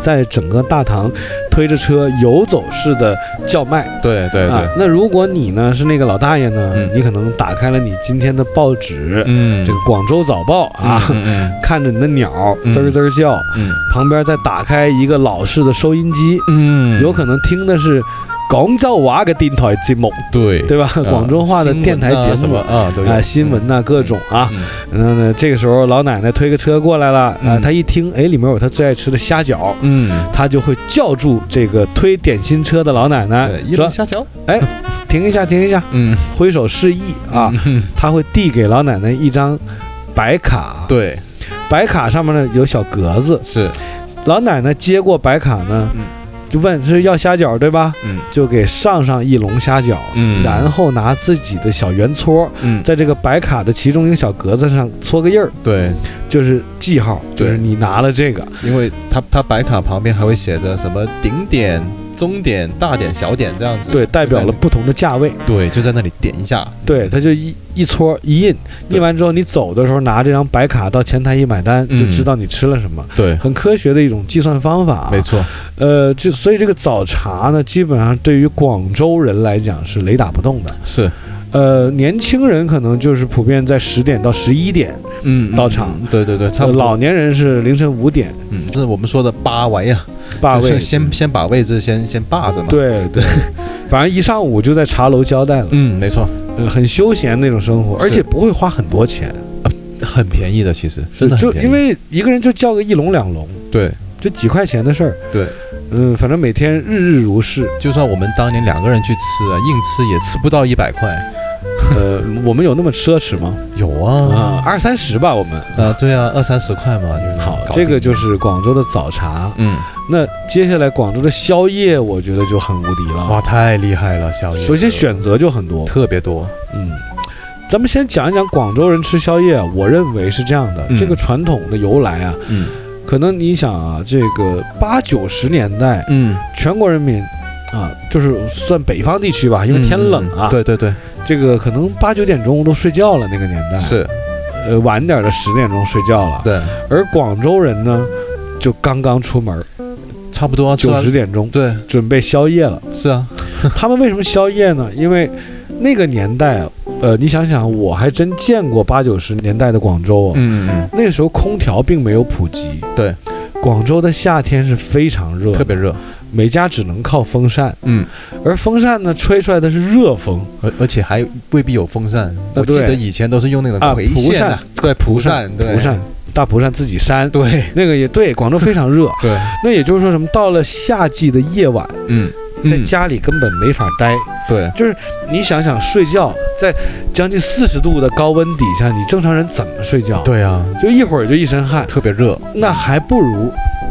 [SPEAKER 1] 在整个大堂推着车游走式的叫卖
[SPEAKER 2] 对哎对
[SPEAKER 1] 啊
[SPEAKER 2] 对，。
[SPEAKER 1] 那如果你呢是那个老大爷呢，
[SPEAKER 2] 嗯
[SPEAKER 1] 你可能打开了你今天的报纸，
[SPEAKER 2] 嗯，
[SPEAKER 1] 这个《广州早报》啊。
[SPEAKER 2] 嗯嗯
[SPEAKER 1] 看着你的鸟
[SPEAKER 2] 嗯
[SPEAKER 1] 滋儿滋儿叫，
[SPEAKER 2] 嗯
[SPEAKER 1] 旁边再打开一个老式的收音机，
[SPEAKER 2] 嗯，
[SPEAKER 1] 有可能听的是广州话的电台节目，
[SPEAKER 2] 对
[SPEAKER 1] 对吧？
[SPEAKER 2] 啊
[SPEAKER 1] 广州话的
[SPEAKER 2] 新闻
[SPEAKER 1] 电台
[SPEAKER 2] 啊
[SPEAKER 1] 节
[SPEAKER 2] 什
[SPEAKER 1] 目
[SPEAKER 2] 么啊，都有
[SPEAKER 1] 啊，新闻，呐、各种啊。
[SPEAKER 2] 嗯
[SPEAKER 1] 嗯，呢，这个时候老奶奶推个车过来了啊，
[SPEAKER 2] 嗯
[SPEAKER 1] 她一听，哎，里面有她最爱吃的虾饺，
[SPEAKER 2] 嗯，
[SPEAKER 1] 她就会叫住这个推点心车的老奶奶
[SPEAKER 2] 对，一
[SPEAKER 1] 哎说
[SPEAKER 2] 龙虾饺，
[SPEAKER 1] 停一下，停一下，
[SPEAKER 2] 嗯
[SPEAKER 1] 挥手示意啊。
[SPEAKER 2] 嗯
[SPEAKER 1] 她会递给老奶奶一张白卡，
[SPEAKER 2] *laughs* 对，
[SPEAKER 1] 白卡上面呢有小格子，
[SPEAKER 2] 是，
[SPEAKER 1] 老奶奶接过白卡呢
[SPEAKER 2] 嗯，
[SPEAKER 1] 就问是要虾饺对吧？
[SPEAKER 2] 嗯
[SPEAKER 1] 就给上上一笼虾饺，
[SPEAKER 2] 嗯
[SPEAKER 1] 然后拿自己的小圆搓，
[SPEAKER 2] 嗯，
[SPEAKER 1] 在这个白卡的其中一个小格子上搓个印儿，
[SPEAKER 2] 对，
[SPEAKER 1] 就是记号，就
[SPEAKER 2] 对
[SPEAKER 1] 是你拿了这个。
[SPEAKER 2] 因为它它白卡旁边还会写着什么顶点、中点、大点、小点这样子，
[SPEAKER 1] 对，代表
[SPEAKER 2] 就
[SPEAKER 1] 了
[SPEAKER 2] 在
[SPEAKER 1] 不同的价位。
[SPEAKER 2] 对，就在那里点一下，
[SPEAKER 1] 对，他就一一搓一印，
[SPEAKER 2] 嗯对
[SPEAKER 1] 印完之后你走的时候拿这张白卡到前台一买单，
[SPEAKER 2] 嗯
[SPEAKER 1] 就知道你吃了什
[SPEAKER 2] *laughs*
[SPEAKER 1] 么，
[SPEAKER 2] 对，
[SPEAKER 1] 很科学的一种计算方法啊。
[SPEAKER 2] 没错，
[SPEAKER 1] 呃，就所以这个早茶呢，基本上对于广州人来讲是雷打不动的。
[SPEAKER 2] 是，
[SPEAKER 1] 呃，年轻人可能就是普遍在十点到十一点，
[SPEAKER 2] 嗯，
[SPEAKER 1] 到场
[SPEAKER 2] 嗯，对对对，差
[SPEAKER 1] 呃
[SPEAKER 2] 不多，
[SPEAKER 1] 老年人是凌晨五点
[SPEAKER 2] 嗯，这是我们说的八围啊，
[SPEAKER 1] 霸
[SPEAKER 2] *laughs* 就是
[SPEAKER 1] 位。
[SPEAKER 2] 先先把位置先先霸着嘛，，
[SPEAKER 1] 对
[SPEAKER 2] *laughs*
[SPEAKER 1] 对，反正一上午就在茶楼交代了，
[SPEAKER 2] 嗯，没错，
[SPEAKER 1] 呃很休闲那种生活，
[SPEAKER 2] 是
[SPEAKER 1] 而且不会花很多钱，
[SPEAKER 2] 很便宜的，其实真的
[SPEAKER 1] 就
[SPEAKER 2] 很
[SPEAKER 1] 就
[SPEAKER 2] 便宜
[SPEAKER 1] 因为一个人就叫个一笼两笼，
[SPEAKER 2] 对
[SPEAKER 1] 就几块钱的事儿。
[SPEAKER 2] 对，
[SPEAKER 1] 嗯，反正每天日日如
[SPEAKER 2] *laughs*
[SPEAKER 1] 是。
[SPEAKER 2] 就算我们当年两个人去吃啊，硬吃也吃不到一百块，
[SPEAKER 1] 呃，我们有那么奢侈吗？
[SPEAKER 2] 有啊，
[SPEAKER 1] 啊，二三十吧，我们。
[SPEAKER 2] 啊，对啊，二三十块嘛，就是
[SPEAKER 1] 好
[SPEAKER 2] 搞，定
[SPEAKER 1] 这个就是广州的早茶。
[SPEAKER 2] 嗯，
[SPEAKER 1] 那接下来广州的宵夜，我觉得就很无敌
[SPEAKER 2] 哇，
[SPEAKER 1] 了。
[SPEAKER 2] 太厉害了，宵夜，
[SPEAKER 1] 首先选择就很多，
[SPEAKER 2] 特别多，
[SPEAKER 1] 嗯，咱们先讲一讲广州人吃宵夜啊，我认为是这样的，
[SPEAKER 2] 嗯
[SPEAKER 1] 这个传统的由来啊，
[SPEAKER 2] 嗯
[SPEAKER 1] 可能你想啊，这个八九十年代
[SPEAKER 2] 嗯，
[SPEAKER 1] 全国人民。啊，就是算北方地区吧，因为天冷啊，
[SPEAKER 2] 嗯对对对，
[SPEAKER 1] 这个可能八九点钟都睡觉了那个年代，
[SPEAKER 2] 是，
[SPEAKER 1] 呃晚点的十点钟睡觉了，
[SPEAKER 2] 对，
[SPEAKER 1] 而广州人呢，就刚刚出门，
[SPEAKER 2] 差不多啊吃
[SPEAKER 1] 九
[SPEAKER 2] 完
[SPEAKER 1] 十点钟
[SPEAKER 2] 对，
[SPEAKER 1] 准备宵夜
[SPEAKER 2] *laughs*
[SPEAKER 1] 了。
[SPEAKER 2] 是啊，
[SPEAKER 1] 他们为什么宵夜呢？因为那个年代，呃，你想想，我还真见过八九十年代的广州啊，
[SPEAKER 2] 嗯嗯
[SPEAKER 1] 那个时候空调并没有普及，
[SPEAKER 2] 对，
[SPEAKER 1] 广州的夏天是非常热
[SPEAKER 2] 嗯，，特别热，
[SPEAKER 1] 每家只能靠风扇，
[SPEAKER 2] 嗯。
[SPEAKER 1] 而风扇呢吹出来的是热风，
[SPEAKER 2] 而而且还未必有风扇，我记
[SPEAKER 1] 啊对
[SPEAKER 2] 得以前都是用那
[SPEAKER 1] 啊
[SPEAKER 2] 种葵线的，对，蒲扇，对，
[SPEAKER 1] 蒲扇，大蒲扇自己扇，
[SPEAKER 2] 对
[SPEAKER 1] 那个也对，广州非常热。
[SPEAKER 2] 对，
[SPEAKER 1] 那也就是说什么？到了夏季的夜晚，
[SPEAKER 2] 嗯，
[SPEAKER 1] 在
[SPEAKER 2] 嗯
[SPEAKER 1] 家里根本没法待。
[SPEAKER 2] 对，
[SPEAKER 1] 就是你想想，睡觉在将近四十度的高温底下，你正常人怎么睡觉？，
[SPEAKER 2] 对啊，
[SPEAKER 1] 就一会儿就一身汗，
[SPEAKER 2] 特别热，
[SPEAKER 1] 那还不如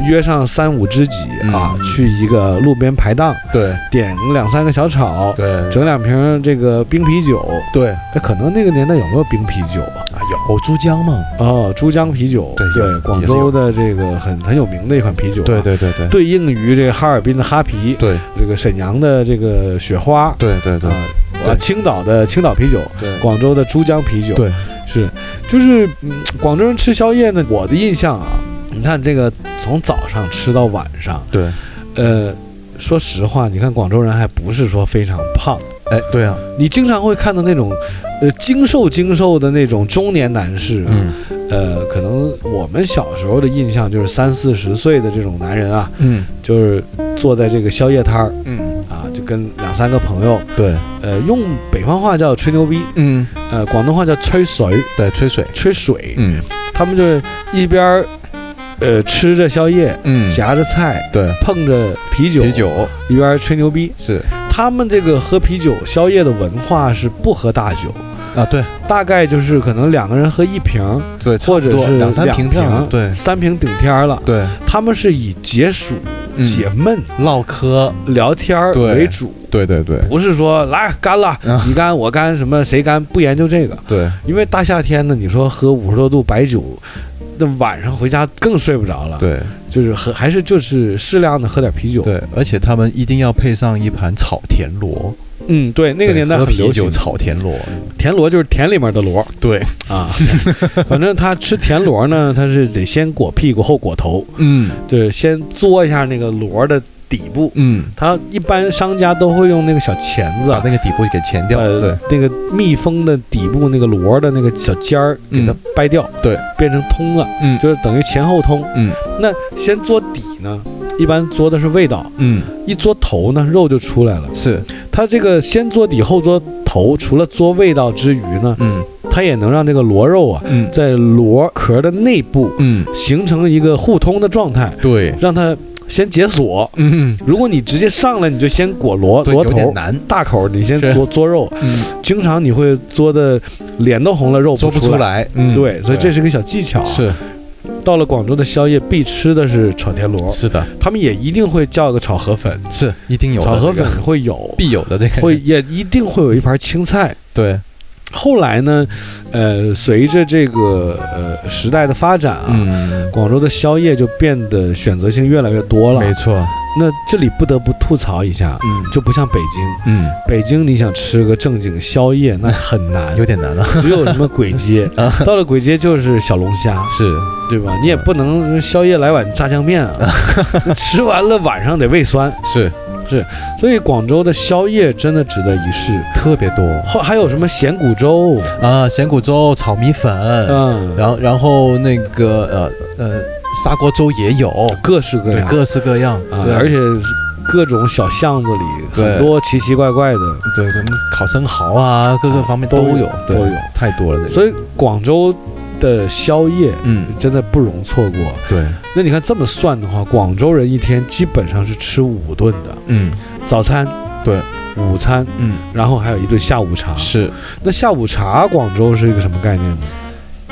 [SPEAKER 1] 约上三五知己啊，
[SPEAKER 2] 嗯
[SPEAKER 1] 去一个路边排档，
[SPEAKER 2] 对
[SPEAKER 1] 点两三个小炒，
[SPEAKER 2] 对
[SPEAKER 1] 整两瓶这个冰啤酒。
[SPEAKER 2] 对
[SPEAKER 1] 那可能那个年代有没有冰啤酒啊？
[SPEAKER 2] 有珠江嘛？
[SPEAKER 1] 哦，珠江啤酒，
[SPEAKER 2] 对有
[SPEAKER 1] 对，广
[SPEAKER 2] 也是
[SPEAKER 1] 州
[SPEAKER 2] 有
[SPEAKER 1] 的这个很很有名的一款啤酒、
[SPEAKER 2] 对，对对对
[SPEAKER 1] 对应于这个哈尔滨的哈啤，
[SPEAKER 2] 对
[SPEAKER 1] 这个沈阳的这个雪花，
[SPEAKER 2] 对对对
[SPEAKER 1] 啊，
[SPEAKER 2] 对
[SPEAKER 1] 青岛的青岛啤酒，
[SPEAKER 2] 对
[SPEAKER 1] 广州的珠江啤酒，
[SPEAKER 2] 对，
[SPEAKER 1] 是，就是嗯，广州人吃宵夜呢，我的印象啊，你看这个从早上吃到晚上，
[SPEAKER 2] 对，
[SPEAKER 1] 呃，说实话，你看广州人还不是说非常胖，
[SPEAKER 2] 哎，对啊，
[SPEAKER 1] 你经常会看到那种，呃，精瘦精瘦的那种中年男士、啊，
[SPEAKER 2] 嗯
[SPEAKER 1] 呃，可能我们小时候的印象就是三四十岁的这种男人啊，
[SPEAKER 2] 嗯
[SPEAKER 1] 就是坐在这个宵夜摊儿
[SPEAKER 2] 嗯，
[SPEAKER 1] 啊，就跟两三个朋友，
[SPEAKER 2] 对，
[SPEAKER 1] 呃，用北方话叫吹牛逼，
[SPEAKER 2] 嗯
[SPEAKER 1] 呃，广东话叫吹水，
[SPEAKER 2] 对，吹水，
[SPEAKER 1] 吹水。
[SPEAKER 2] 嗯
[SPEAKER 1] 他们就是一边儿，呃，吃着宵夜，
[SPEAKER 2] 嗯，
[SPEAKER 1] 夹着菜，
[SPEAKER 2] 对
[SPEAKER 1] 碰着啤酒，
[SPEAKER 2] 啤酒
[SPEAKER 1] 一边儿吹牛逼。
[SPEAKER 2] 是
[SPEAKER 1] 他们这个喝啤酒宵夜的文化是不喝大酒，
[SPEAKER 2] 啊，对
[SPEAKER 1] 大概就是可能两个人喝一瓶儿，
[SPEAKER 2] 对，差
[SPEAKER 1] 或
[SPEAKER 2] 不
[SPEAKER 1] 者
[SPEAKER 2] 多
[SPEAKER 1] 是
[SPEAKER 2] 两三
[SPEAKER 1] 两啊
[SPEAKER 2] 瓶这样的，对
[SPEAKER 1] 三瓶顶天儿了。
[SPEAKER 2] 对，
[SPEAKER 1] 他们是以解暑、
[SPEAKER 2] 嗯
[SPEAKER 1] 解闷、
[SPEAKER 2] 唠嗑，
[SPEAKER 1] 聊天儿
[SPEAKER 2] 对
[SPEAKER 1] 为主，
[SPEAKER 2] 对对对
[SPEAKER 1] 不是说来干了，
[SPEAKER 2] 啊
[SPEAKER 1] 你干我干什么谁干，不研究这个。
[SPEAKER 2] 对，
[SPEAKER 1] 因为大夏天呢，你说喝五十多度白酒，那晚上回家更睡不着了。，
[SPEAKER 2] 对
[SPEAKER 1] 就是喝，还是就是适量的喝点啤酒。，
[SPEAKER 2] 对，而且他们一定要配上一盘炒田螺，
[SPEAKER 1] 嗯，对，那个
[SPEAKER 2] 对
[SPEAKER 1] 年代
[SPEAKER 2] 喝
[SPEAKER 1] 很
[SPEAKER 2] 啤
[SPEAKER 1] 流
[SPEAKER 2] 酒
[SPEAKER 1] 行
[SPEAKER 2] 炒田螺，
[SPEAKER 1] 田螺，就是田里面的螺
[SPEAKER 2] 对，
[SPEAKER 1] 啊。 *laughs* 反正他吃田螺呢，他是得先裹屁股后裹头，
[SPEAKER 2] 嗯
[SPEAKER 1] 就是先嘬一下那个螺的底部。
[SPEAKER 2] 嗯，
[SPEAKER 1] 他一般商家都会用那个小钳子
[SPEAKER 2] 把
[SPEAKER 1] 啊，
[SPEAKER 2] 那个底部给钳掉，
[SPEAKER 1] 呃那
[SPEAKER 2] 对，
[SPEAKER 1] 个密封的底部那个螺的那个小尖儿给它
[SPEAKER 2] 嗯
[SPEAKER 1] 掰掉，
[SPEAKER 2] 对，
[SPEAKER 1] 变成通了，
[SPEAKER 2] 嗯
[SPEAKER 1] 就是等于前后通。
[SPEAKER 2] 嗯
[SPEAKER 1] 那先做底呢，一般做的是味道，
[SPEAKER 2] 嗯
[SPEAKER 1] 一做头呢，肉就出来了。
[SPEAKER 2] 是，
[SPEAKER 1] 它这个先做底后做头，除了做味道之余呢，
[SPEAKER 2] 嗯
[SPEAKER 1] 它也能让这个螺肉啊，
[SPEAKER 2] 嗯
[SPEAKER 1] 在螺壳的内部
[SPEAKER 2] 嗯，
[SPEAKER 1] 形成一个互通的状态，
[SPEAKER 2] 对，
[SPEAKER 1] 让它先解锁。
[SPEAKER 2] 嗯，
[SPEAKER 1] 如果你直接上来你就先裹螺
[SPEAKER 2] 对，
[SPEAKER 1] 螺
[SPEAKER 2] 有点
[SPEAKER 1] 头。
[SPEAKER 2] 难，
[SPEAKER 1] 大口，你先
[SPEAKER 2] 是
[SPEAKER 1] 嘬嘬肉，
[SPEAKER 2] 嗯，
[SPEAKER 1] 经常你会嘬的脸都红了，肉
[SPEAKER 2] 做不出
[SPEAKER 1] 来。
[SPEAKER 2] 来，嗯，
[SPEAKER 1] 对，所以这是个小技巧。啊
[SPEAKER 2] 是
[SPEAKER 1] 到了广州的宵夜必吃的是炒田螺，
[SPEAKER 2] 是的，
[SPEAKER 1] 他们也一定会叫个炒河粉，
[SPEAKER 2] 是一定有的
[SPEAKER 1] 炒河
[SPEAKER 2] 这个
[SPEAKER 1] 粉会有，
[SPEAKER 2] 必有的这个，
[SPEAKER 1] 会啊也一定会有一盘青菜。
[SPEAKER 2] 对，
[SPEAKER 1] 后来呢，呃，随着这个呃时代的发展啊，
[SPEAKER 2] 嗯，
[SPEAKER 1] 广州的宵夜就变得选择性越来越多了
[SPEAKER 2] 没。错，
[SPEAKER 1] 那这里不得不吐槽一下，
[SPEAKER 2] 嗯
[SPEAKER 1] 就不像北京，
[SPEAKER 2] 嗯，
[SPEAKER 1] 北京你想吃个正经宵夜那很难
[SPEAKER 2] 有，点难 *laughs* 啊，
[SPEAKER 1] 只有什么簋街，到了簋街就是小龙虾，
[SPEAKER 2] 是，
[SPEAKER 1] 对
[SPEAKER 2] 啊
[SPEAKER 1] 吧？你也不能宵夜来碗炸酱面啊， *laughs* 吃完了晚上得胃酸。
[SPEAKER 2] 是
[SPEAKER 1] 所以广州的宵夜真的值得一试。
[SPEAKER 2] 特别多
[SPEAKER 1] 后还有什么咸骨粥？
[SPEAKER 2] 啊，咸骨粥、炒米粉，
[SPEAKER 1] 嗯，
[SPEAKER 2] 然后然后那个呃呃砂锅粥也有，
[SPEAKER 1] 各式各
[SPEAKER 2] 对，
[SPEAKER 1] 样，
[SPEAKER 2] 各式各样，
[SPEAKER 1] 啊
[SPEAKER 2] 对，
[SPEAKER 1] 而且各种小巷子里
[SPEAKER 2] 对
[SPEAKER 1] 很多奇奇怪怪的。
[SPEAKER 2] 对什么烤生蚝啊，各个方面
[SPEAKER 1] 都
[SPEAKER 2] 有
[SPEAKER 1] 有，
[SPEAKER 2] 对
[SPEAKER 1] 都有，
[SPEAKER 2] 太多了，这个
[SPEAKER 1] 所以广州的宵夜
[SPEAKER 2] 嗯，
[SPEAKER 1] 真的不容错过。
[SPEAKER 2] 对，
[SPEAKER 1] 那你看这么算的话，广州人一天基本上是吃五顿的，
[SPEAKER 2] 嗯
[SPEAKER 1] 早餐
[SPEAKER 2] 对，
[SPEAKER 1] 午餐，
[SPEAKER 2] 嗯
[SPEAKER 1] 然后还有一顿下午茶。
[SPEAKER 2] 是。
[SPEAKER 1] 那下午茶广州是一个什么概念呢？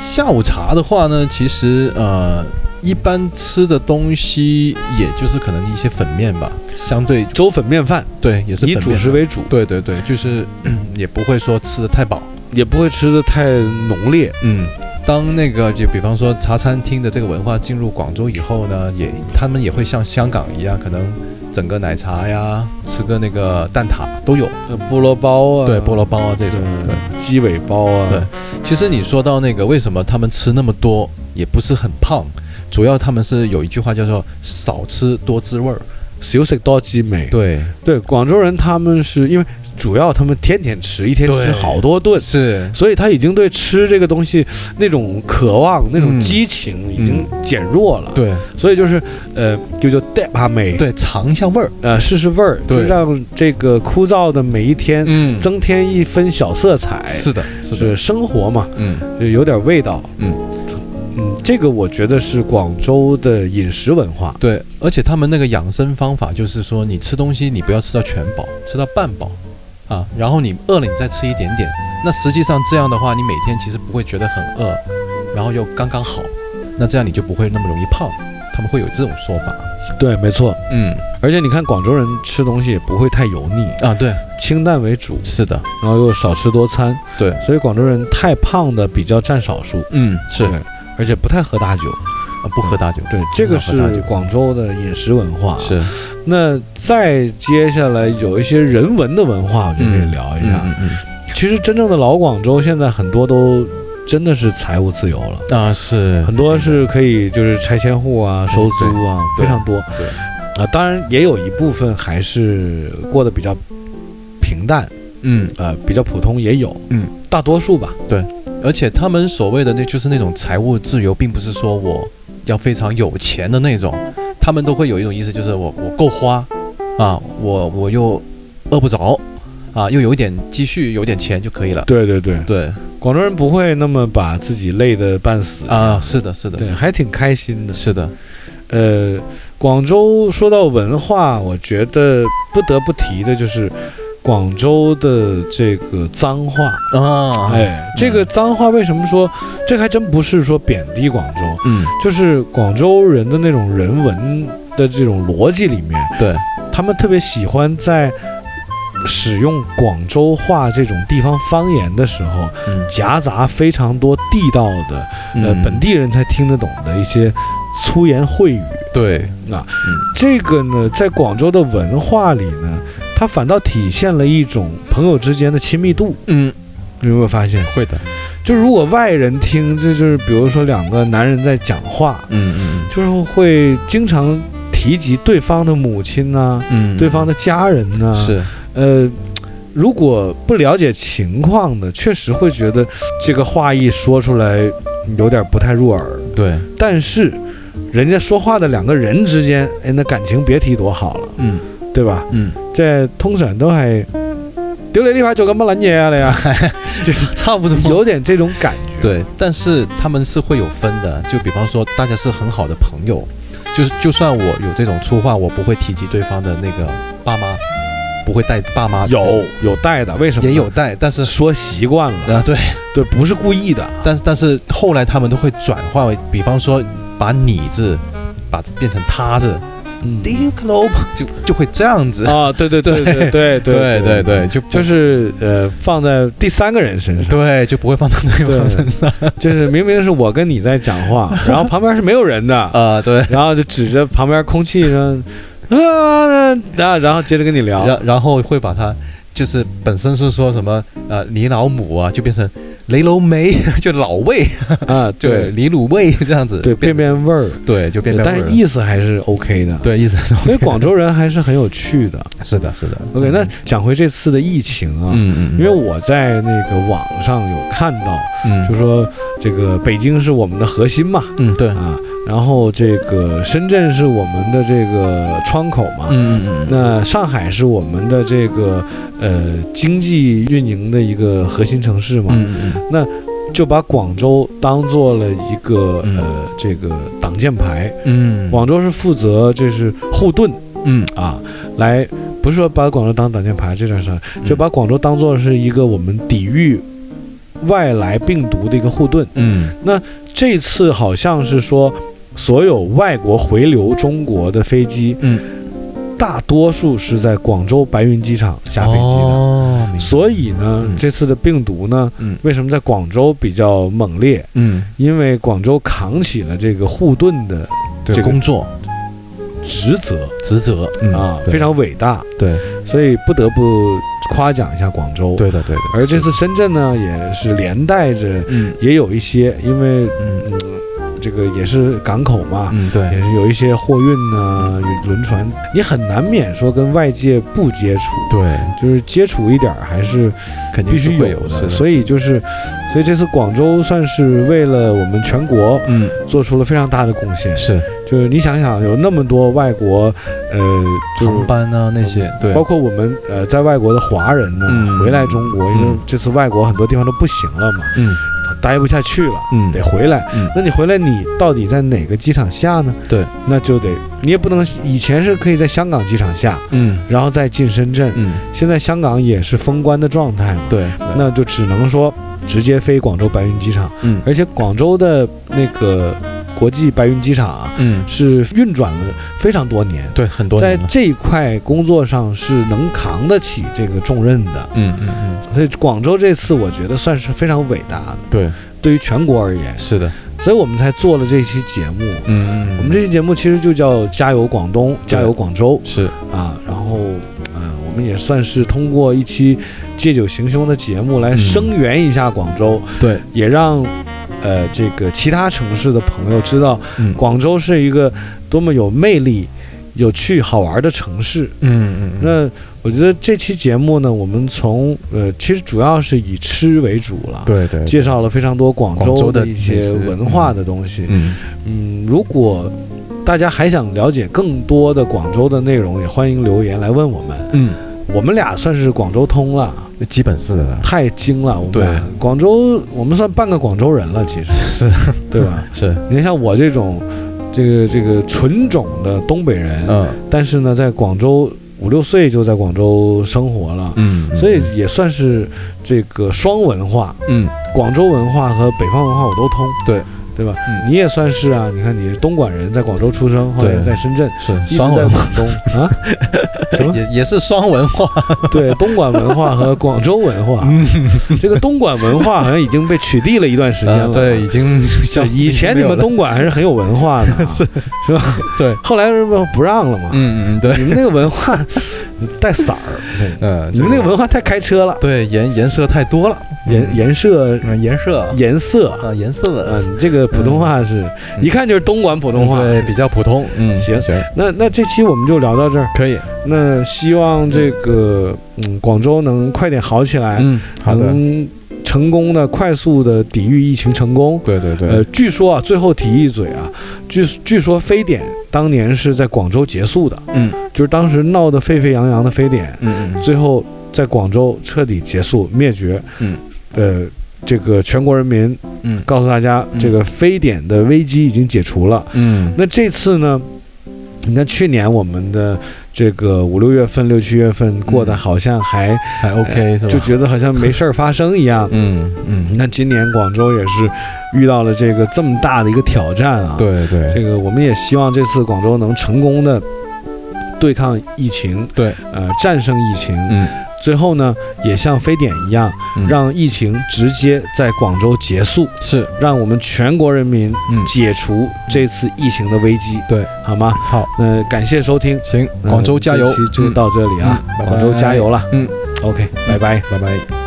[SPEAKER 2] 下午茶的话呢，其实呃，一般吃的东西也就是可能一些粉面吧，相对
[SPEAKER 1] 粥粉面饭，
[SPEAKER 2] 对也是
[SPEAKER 1] 以
[SPEAKER 2] 粉
[SPEAKER 1] 主
[SPEAKER 2] 面
[SPEAKER 1] 食
[SPEAKER 2] 的
[SPEAKER 1] 为主，
[SPEAKER 2] 对对对，就是、嗯也不会说吃的太饱。
[SPEAKER 1] 也不会吃的太浓烈。
[SPEAKER 2] 嗯，当那个就比方说茶餐厅的这个文化进入广州以后呢，也他们也会像香港一样，可能整个奶茶呀，吃个那个蛋挞都有，
[SPEAKER 1] 呃，菠萝包啊，
[SPEAKER 2] 对菠萝包啊这种。对，
[SPEAKER 1] 对，鸡尾包啊，
[SPEAKER 2] 对其实你说到那个为什么他们吃那么多，也不是很胖，主要他们是有一句话叫做少吃多滋味儿。
[SPEAKER 1] 少食多鸡尾。
[SPEAKER 2] 对，
[SPEAKER 1] 对，广州人他们是因为主要他们天天吃，一天
[SPEAKER 2] 对
[SPEAKER 1] 吃好多顿，
[SPEAKER 2] 是，
[SPEAKER 1] 所以他已经对吃这个东西那种渴望、那种激情已经减弱了。，
[SPEAKER 2] 嗯对
[SPEAKER 1] 所以就是呃，就叫带把美，，
[SPEAKER 2] 对，尝一下味儿。
[SPEAKER 1] 呃，试试味儿，
[SPEAKER 2] 对
[SPEAKER 1] 就让这个枯燥的每一天
[SPEAKER 2] 嗯
[SPEAKER 1] 增添一分小色彩。
[SPEAKER 2] 哎是的，是
[SPEAKER 1] 是
[SPEAKER 2] 的，
[SPEAKER 1] 生活嘛，
[SPEAKER 2] 嗯
[SPEAKER 1] 就有点味道。
[SPEAKER 2] 嗯
[SPEAKER 1] 嗯，这个我觉得是广州的饮食文化。
[SPEAKER 2] 对，而且他们那个养生方法就是说，你吃东西你不要吃到全饱，吃到半饱，啊，然后你饿了你再吃一点点。那实际上这样的话，你每天其实不会觉得很饿，然后又刚刚好，那这样你就不会那么容易胖。他们会有这种说法。
[SPEAKER 1] 对，没错。
[SPEAKER 2] 嗯，
[SPEAKER 1] 而且你看广州人吃东西也不会太油腻，
[SPEAKER 2] 啊，对，
[SPEAKER 1] 清淡为主，
[SPEAKER 2] 是的，
[SPEAKER 1] 然后又少吃多餐。
[SPEAKER 2] 对，
[SPEAKER 1] 所以广州人太胖的比较占少数。
[SPEAKER 2] 嗯，是，
[SPEAKER 1] 对，而且不太喝大酒。
[SPEAKER 2] 啊不喝大酒，嗯
[SPEAKER 1] 对，这个
[SPEAKER 2] 不太喝大
[SPEAKER 1] 是
[SPEAKER 2] 酒
[SPEAKER 1] 广州的饮食文化。。
[SPEAKER 2] 是，
[SPEAKER 1] 那再接下来有一些人文的文化，我觉得可以聊一
[SPEAKER 2] 嗯
[SPEAKER 1] 下。
[SPEAKER 2] 嗯嗯，
[SPEAKER 1] 其实真正的老广州现在很多都真的是财务自由了。
[SPEAKER 2] 啊、是
[SPEAKER 1] 很多是可以就是拆迁户啊、收租啊，
[SPEAKER 2] 对
[SPEAKER 1] 非常多。
[SPEAKER 2] 对
[SPEAKER 1] 啊，当然也有一部分还是过得比较平淡，
[SPEAKER 2] 嗯，
[SPEAKER 1] 呃，比较普通也有，
[SPEAKER 2] 嗯，
[SPEAKER 1] 大多数吧。
[SPEAKER 2] 而且他们所谓的那就是那种财务自由，并不是说我要非常有钱的那种，他们都会有一种意思，就是我我够花啊，我我又饿不着啊，又有一点积蓄，有点钱就可以了。
[SPEAKER 1] 对对对，
[SPEAKER 2] 对
[SPEAKER 1] 广州人不会那么把自己累得半死
[SPEAKER 2] 啊，。是的，是
[SPEAKER 1] 对，
[SPEAKER 2] 的，
[SPEAKER 1] 还挺开心的。
[SPEAKER 2] 是的，
[SPEAKER 1] 呃，广州说到文化，我觉得不得不提的就是广州的这个脏话。
[SPEAKER 2] 啊，
[SPEAKER 1] 哎，这个脏话为什么说这个还真不是说贬低广州，
[SPEAKER 2] 嗯，
[SPEAKER 1] 就是广州人的那种人文的这种逻辑里面，
[SPEAKER 2] 对，
[SPEAKER 1] 他们特别喜欢在使用广州话这种地方方言的时候，
[SPEAKER 2] 嗯，
[SPEAKER 1] 夹杂非常多地道的、呃
[SPEAKER 2] 嗯
[SPEAKER 1] 本地人才听得懂的一些粗言秽语。啊
[SPEAKER 2] 对，嗯
[SPEAKER 1] 这个呢，在广州的文化里呢，它反倒体现了一种朋友之间的亲密度。
[SPEAKER 2] 嗯，
[SPEAKER 1] 你有没有发现？
[SPEAKER 2] 会的，
[SPEAKER 1] 就如果外人听，这就是比如说两个男人在讲话，
[SPEAKER 2] 嗯嗯
[SPEAKER 1] 就是会经常提及对方的母亲呐、
[SPEAKER 2] 嗯嗯，嗯
[SPEAKER 1] 对方的家人呐、
[SPEAKER 2] 是，
[SPEAKER 1] 呃，如果不了解情况的，确实会觉得这个话一说出来有点不太入耳。
[SPEAKER 2] 对，
[SPEAKER 1] 但是，人家说话的两个人之间，哎，那感情别提多好了，
[SPEAKER 2] 嗯
[SPEAKER 1] 对吧？
[SPEAKER 2] 嗯，
[SPEAKER 1] 这通常都还丢你呢排做緊乜撚嘢啊你
[SPEAKER 2] *laughs*
[SPEAKER 1] 啊，
[SPEAKER 2] 差不多
[SPEAKER 1] 有点这种感觉。
[SPEAKER 2] 对，但是他们是会有分的，就比方说大家是很好的朋友，就是就算我有这种粗话，我不会提及对方的那个爸妈，不会带爸妈，
[SPEAKER 1] 有有带的，为什么呢？
[SPEAKER 2] 啊也有带，但是
[SPEAKER 1] 说习惯了，
[SPEAKER 2] 啊对，
[SPEAKER 1] 对，不是故意的。
[SPEAKER 2] 但是但是后来他们都会转化为，比方说把你字把变成他字，
[SPEAKER 1] 嗯
[SPEAKER 2] d c l o 就就会这样子，
[SPEAKER 1] 啊，对对对对对
[SPEAKER 2] 对
[SPEAKER 1] 对
[SPEAKER 2] 对，对，就不
[SPEAKER 1] 就是呃，放在第三个人身上，
[SPEAKER 2] *laughs* 对就不会放到对
[SPEAKER 1] 对
[SPEAKER 2] 方身上，
[SPEAKER 1] 就是明明是我跟你在讲
[SPEAKER 2] *laughs*
[SPEAKER 1] 话，然后旁边是没有人的，
[SPEAKER 2] 啊对，
[SPEAKER 1] 然后就指着旁边空气上， *laughs* 啊，然后然后接着跟你聊，
[SPEAKER 2] 然然后会把它，就是本身是说什么呃你老母啊，就变成雷楼梅， *laughs* 就老魏，
[SPEAKER 1] 啊，
[SPEAKER 2] 就
[SPEAKER 1] 对
[SPEAKER 2] 李鲁卫这样子，
[SPEAKER 1] 对，变
[SPEAKER 2] 变
[SPEAKER 1] 变味儿，
[SPEAKER 2] 对就变变味
[SPEAKER 1] 但
[SPEAKER 2] 儿了，
[SPEAKER 1] 是意思还是 OK 的。
[SPEAKER 2] 对意思是
[SPEAKER 1] 所以广州人还是很有趣的。
[SPEAKER 2] 是的是的
[SPEAKER 1] OK，那讲回这次的疫情啊，
[SPEAKER 2] 嗯嗯，
[SPEAKER 1] 因为我在那个网上有看到，
[SPEAKER 2] 嗯
[SPEAKER 1] 就说这个北京是我们的核心嘛，
[SPEAKER 2] 嗯对，嗯
[SPEAKER 1] 啊，然后这个深圳是我们的这个窗口嘛，
[SPEAKER 2] 嗯嗯嗯
[SPEAKER 1] 那上海是我们的这个呃经济运营的一个核心城市嘛，
[SPEAKER 2] 嗯嗯
[SPEAKER 1] 就把广州当做了一个、
[SPEAKER 2] 嗯
[SPEAKER 1] 呃这个挡箭牌，
[SPEAKER 2] 嗯，
[SPEAKER 1] 广州是负责这是护盾
[SPEAKER 2] 嗯
[SPEAKER 1] 啊，来不是说把广州当挡箭牌这件事儿，
[SPEAKER 2] 嗯
[SPEAKER 1] 就把广州当做是一个我们抵御外来病毒的一个护盾。
[SPEAKER 2] 嗯
[SPEAKER 1] 这次好像是说，所有外国回流中国的飞机，
[SPEAKER 2] 嗯，
[SPEAKER 1] 大多数是在广州白云机场下飞机的。
[SPEAKER 2] 哦，明白
[SPEAKER 1] 所以呢，
[SPEAKER 2] 嗯
[SPEAKER 1] 这次的病毒呢，
[SPEAKER 2] 嗯
[SPEAKER 1] 为什么在广州比较猛烈？
[SPEAKER 2] 嗯
[SPEAKER 1] 因为广州扛起了这个护盾的
[SPEAKER 2] 对
[SPEAKER 1] 这个
[SPEAKER 2] 工作
[SPEAKER 1] 职责
[SPEAKER 2] 职责嗯
[SPEAKER 1] 啊，
[SPEAKER 2] 对
[SPEAKER 1] 非常伟大，
[SPEAKER 2] 对
[SPEAKER 1] 所以不得不夸奖一下广州。，
[SPEAKER 2] 对的对的，
[SPEAKER 1] 而这次深圳呢，也是连带着
[SPEAKER 2] 嗯
[SPEAKER 1] 也有一些，因为
[SPEAKER 2] 嗯
[SPEAKER 1] 嗯，这个也是港口嘛，
[SPEAKER 2] 嗯
[SPEAKER 1] 也
[SPEAKER 2] 对
[SPEAKER 1] 是有一些货运呐、有轮船，你很难免说跟外界不接触，
[SPEAKER 2] 对，
[SPEAKER 1] 就是接触一点儿还是
[SPEAKER 2] 肯定
[SPEAKER 1] 必
[SPEAKER 2] 是
[SPEAKER 1] 须
[SPEAKER 2] 会
[SPEAKER 1] 有
[SPEAKER 2] 的，
[SPEAKER 1] 所
[SPEAKER 2] 以
[SPEAKER 1] 以就是，所以这次广州算是为了我们全国
[SPEAKER 2] 嗯
[SPEAKER 1] 做出了非常大的贡献。
[SPEAKER 2] 是
[SPEAKER 1] 就是你想想，有那么多外国，呃，就
[SPEAKER 2] 航
[SPEAKER 1] 是
[SPEAKER 2] 班啊那些对
[SPEAKER 1] 包括我们呃在外国的华人呢，
[SPEAKER 2] 嗯
[SPEAKER 1] 回来中国，因为
[SPEAKER 2] 嗯
[SPEAKER 1] 这次外国很多地方都不行了嘛，
[SPEAKER 2] 嗯
[SPEAKER 1] 待不下去了，
[SPEAKER 2] 嗯，
[SPEAKER 1] 得回来。
[SPEAKER 2] 嗯
[SPEAKER 1] 那你回来，你到底在哪个机场下呢？
[SPEAKER 2] 对，
[SPEAKER 1] 那就得你也不能，以前是可以在香港机场下，
[SPEAKER 2] 嗯
[SPEAKER 1] 然后再进深圳，
[SPEAKER 2] 嗯，
[SPEAKER 1] 现在香港也是封关的状态嘛，
[SPEAKER 2] 对，
[SPEAKER 1] 那就只能说直接飞广州白云机场，
[SPEAKER 2] 嗯
[SPEAKER 1] 而且广州的那个国际白云机场啊，
[SPEAKER 2] 嗯，
[SPEAKER 1] 是运转了非常多年，
[SPEAKER 2] 对，很多
[SPEAKER 1] 在
[SPEAKER 2] 年了
[SPEAKER 1] 这一块工作上是能扛得起这个重任的，
[SPEAKER 2] 嗯嗯嗯，
[SPEAKER 1] 所以广州这次我觉得算是非常伟大的，
[SPEAKER 2] 对，
[SPEAKER 1] 对于全国而言，
[SPEAKER 2] 是的，
[SPEAKER 1] 所以我们才做了这期节目。
[SPEAKER 2] 嗯嗯，
[SPEAKER 1] 我们这期节目其实就叫“加油广东，加油广州
[SPEAKER 2] 是”
[SPEAKER 1] 啊，然后，嗯、我们也算是通过一期借酒行凶的节目来
[SPEAKER 2] 嗯
[SPEAKER 1] 声援一下广州，
[SPEAKER 2] 对，
[SPEAKER 1] 也让，呃，这个其他城市的朋友知道
[SPEAKER 2] 嗯
[SPEAKER 1] 广州是一个多么有魅力、有趣、好玩的城市。
[SPEAKER 2] 嗯嗯，
[SPEAKER 1] 那我觉得这期节目呢，我们从呃，其实主要是以吃为主了，
[SPEAKER 2] 对对，
[SPEAKER 1] 介绍了非常多广
[SPEAKER 2] 广州
[SPEAKER 1] 的
[SPEAKER 2] 的
[SPEAKER 1] 一
[SPEAKER 2] 美
[SPEAKER 1] 些
[SPEAKER 2] 食
[SPEAKER 1] 文化的东西。
[SPEAKER 2] 嗯，
[SPEAKER 1] 嗯，如果大家还想了解更多的广州的内容，也欢迎留言来问我们。
[SPEAKER 2] 嗯
[SPEAKER 1] 我们俩算是广州通了，
[SPEAKER 2] 嗯，基本是的，
[SPEAKER 1] 太精了。我们
[SPEAKER 2] 对
[SPEAKER 1] 俩广州，我们算半个广州人了，其
[SPEAKER 2] *laughs*
[SPEAKER 1] 实
[SPEAKER 2] 是
[SPEAKER 1] 对吧？
[SPEAKER 2] 是，
[SPEAKER 1] 你像我这种，这个这个纯种的东北人，
[SPEAKER 2] 嗯
[SPEAKER 1] 但是呢，在广州五六岁就在广州生活了，
[SPEAKER 2] 嗯，
[SPEAKER 1] 所以也算是这个双文化，
[SPEAKER 2] 嗯
[SPEAKER 1] 广州文化和北方文化我都通，
[SPEAKER 2] 对
[SPEAKER 1] 对吧？
[SPEAKER 2] 嗯
[SPEAKER 1] 你也算是啊，你看你是东莞人，在广州出生，后来
[SPEAKER 2] 对
[SPEAKER 1] 在深圳，
[SPEAKER 2] 是
[SPEAKER 1] 一直
[SPEAKER 2] 双
[SPEAKER 1] 在
[SPEAKER 2] 文化，
[SPEAKER 1] 广东啊， *laughs* 什么？
[SPEAKER 2] 也也是双文化，
[SPEAKER 1] 对，东莞文化和广州文化，
[SPEAKER 2] 嗯
[SPEAKER 1] 这个东莞文化好像已经被取缔了一段时间了。
[SPEAKER 2] 嗯对，已经
[SPEAKER 1] 对，以前你们东莞还是很有文化的啊，
[SPEAKER 2] *laughs* 是
[SPEAKER 1] 是吧？
[SPEAKER 2] 对，
[SPEAKER 1] 后来是不不让了嘛。
[SPEAKER 2] 嗯嗯
[SPEAKER 1] 你
[SPEAKER 2] 对，
[SPEAKER 1] 们那个文化带色
[SPEAKER 2] *laughs*
[SPEAKER 1] 儿，
[SPEAKER 2] 嗯，
[SPEAKER 1] 你们那个文化太开车了，
[SPEAKER 2] 对颜颜色太多了，
[SPEAKER 1] 颜颜色
[SPEAKER 2] 嗯颜色
[SPEAKER 1] 颜色，
[SPEAKER 2] 啊颜色的。
[SPEAKER 1] 嗯，你这个普通话是一看就是东莞普通话。
[SPEAKER 2] 嗯对，比较普通。嗯，
[SPEAKER 1] 行
[SPEAKER 2] 行，
[SPEAKER 1] 那那这期我们就聊到这儿，
[SPEAKER 2] 可以。
[SPEAKER 1] 那希望这个嗯广州能快点好起来，
[SPEAKER 2] 嗯，好的。
[SPEAKER 1] 能成功的快速的抵御疫情成功。
[SPEAKER 2] 对对对，
[SPEAKER 1] 呃，据说啊，最后提一嘴啊，据据说非典当年是在广州结束的，
[SPEAKER 2] 嗯
[SPEAKER 1] 就是当时闹得沸沸扬扬的非典，
[SPEAKER 2] 嗯嗯
[SPEAKER 1] 最后在广州彻底结束灭绝。
[SPEAKER 2] 嗯，
[SPEAKER 1] 呃，这个全国人民
[SPEAKER 2] 嗯
[SPEAKER 1] 告诉大家，
[SPEAKER 2] 嗯
[SPEAKER 1] 这个非典的危机已经解除了。
[SPEAKER 2] 嗯
[SPEAKER 1] 那这次呢？你看去年我们的这个五六月份、六七月份过得
[SPEAKER 2] 嗯
[SPEAKER 1] 好像还
[SPEAKER 2] 还 OK 是吧？
[SPEAKER 1] 哎就觉得好像没事儿发生一样。
[SPEAKER 2] 嗯嗯，
[SPEAKER 1] *laughs* 你看今年广州也是遇到了这个这么大的一个挑战啊。，
[SPEAKER 2] 对对
[SPEAKER 1] 这个我们也希望这次广州能成功的对抗疫情，
[SPEAKER 2] 对，
[SPEAKER 1] 呃，战胜疫情。
[SPEAKER 2] 嗯，
[SPEAKER 1] 最后呢，也像非典一样，
[SPEAKER 2] 嗯
[SPEAKER 1] 让疫情直接在广州结束，
[SPEAKER 2] 是
[SPEAKER 1] 让我们全国人民
[SPEAKER 2] 嗯
[SPEAKER 1] 解除这次疫情的危机，
[SPEAKER 2] 对，
[SPEAKER 1] 好吗？
[SPEAKER 2] 好，
[SPEAKER 1] 那感谢收听，
[SPEAKER 2] 行，
[SPEAKER 1] 那
[SPEAKER 2] 广州加油
[SPEAKER 1] 呃这期，就
[SPEAKER 2] 嗯
[SPEAKER 1] 到这里啊，
[SPEAKER 2] 嗯拜拜
[SPEAKER 1] 广州加油了，
[SPEAKER 2] 嗯
[SPEAKER 1] ，OK，拜拜。
[SPEAKER 2] 拜拜。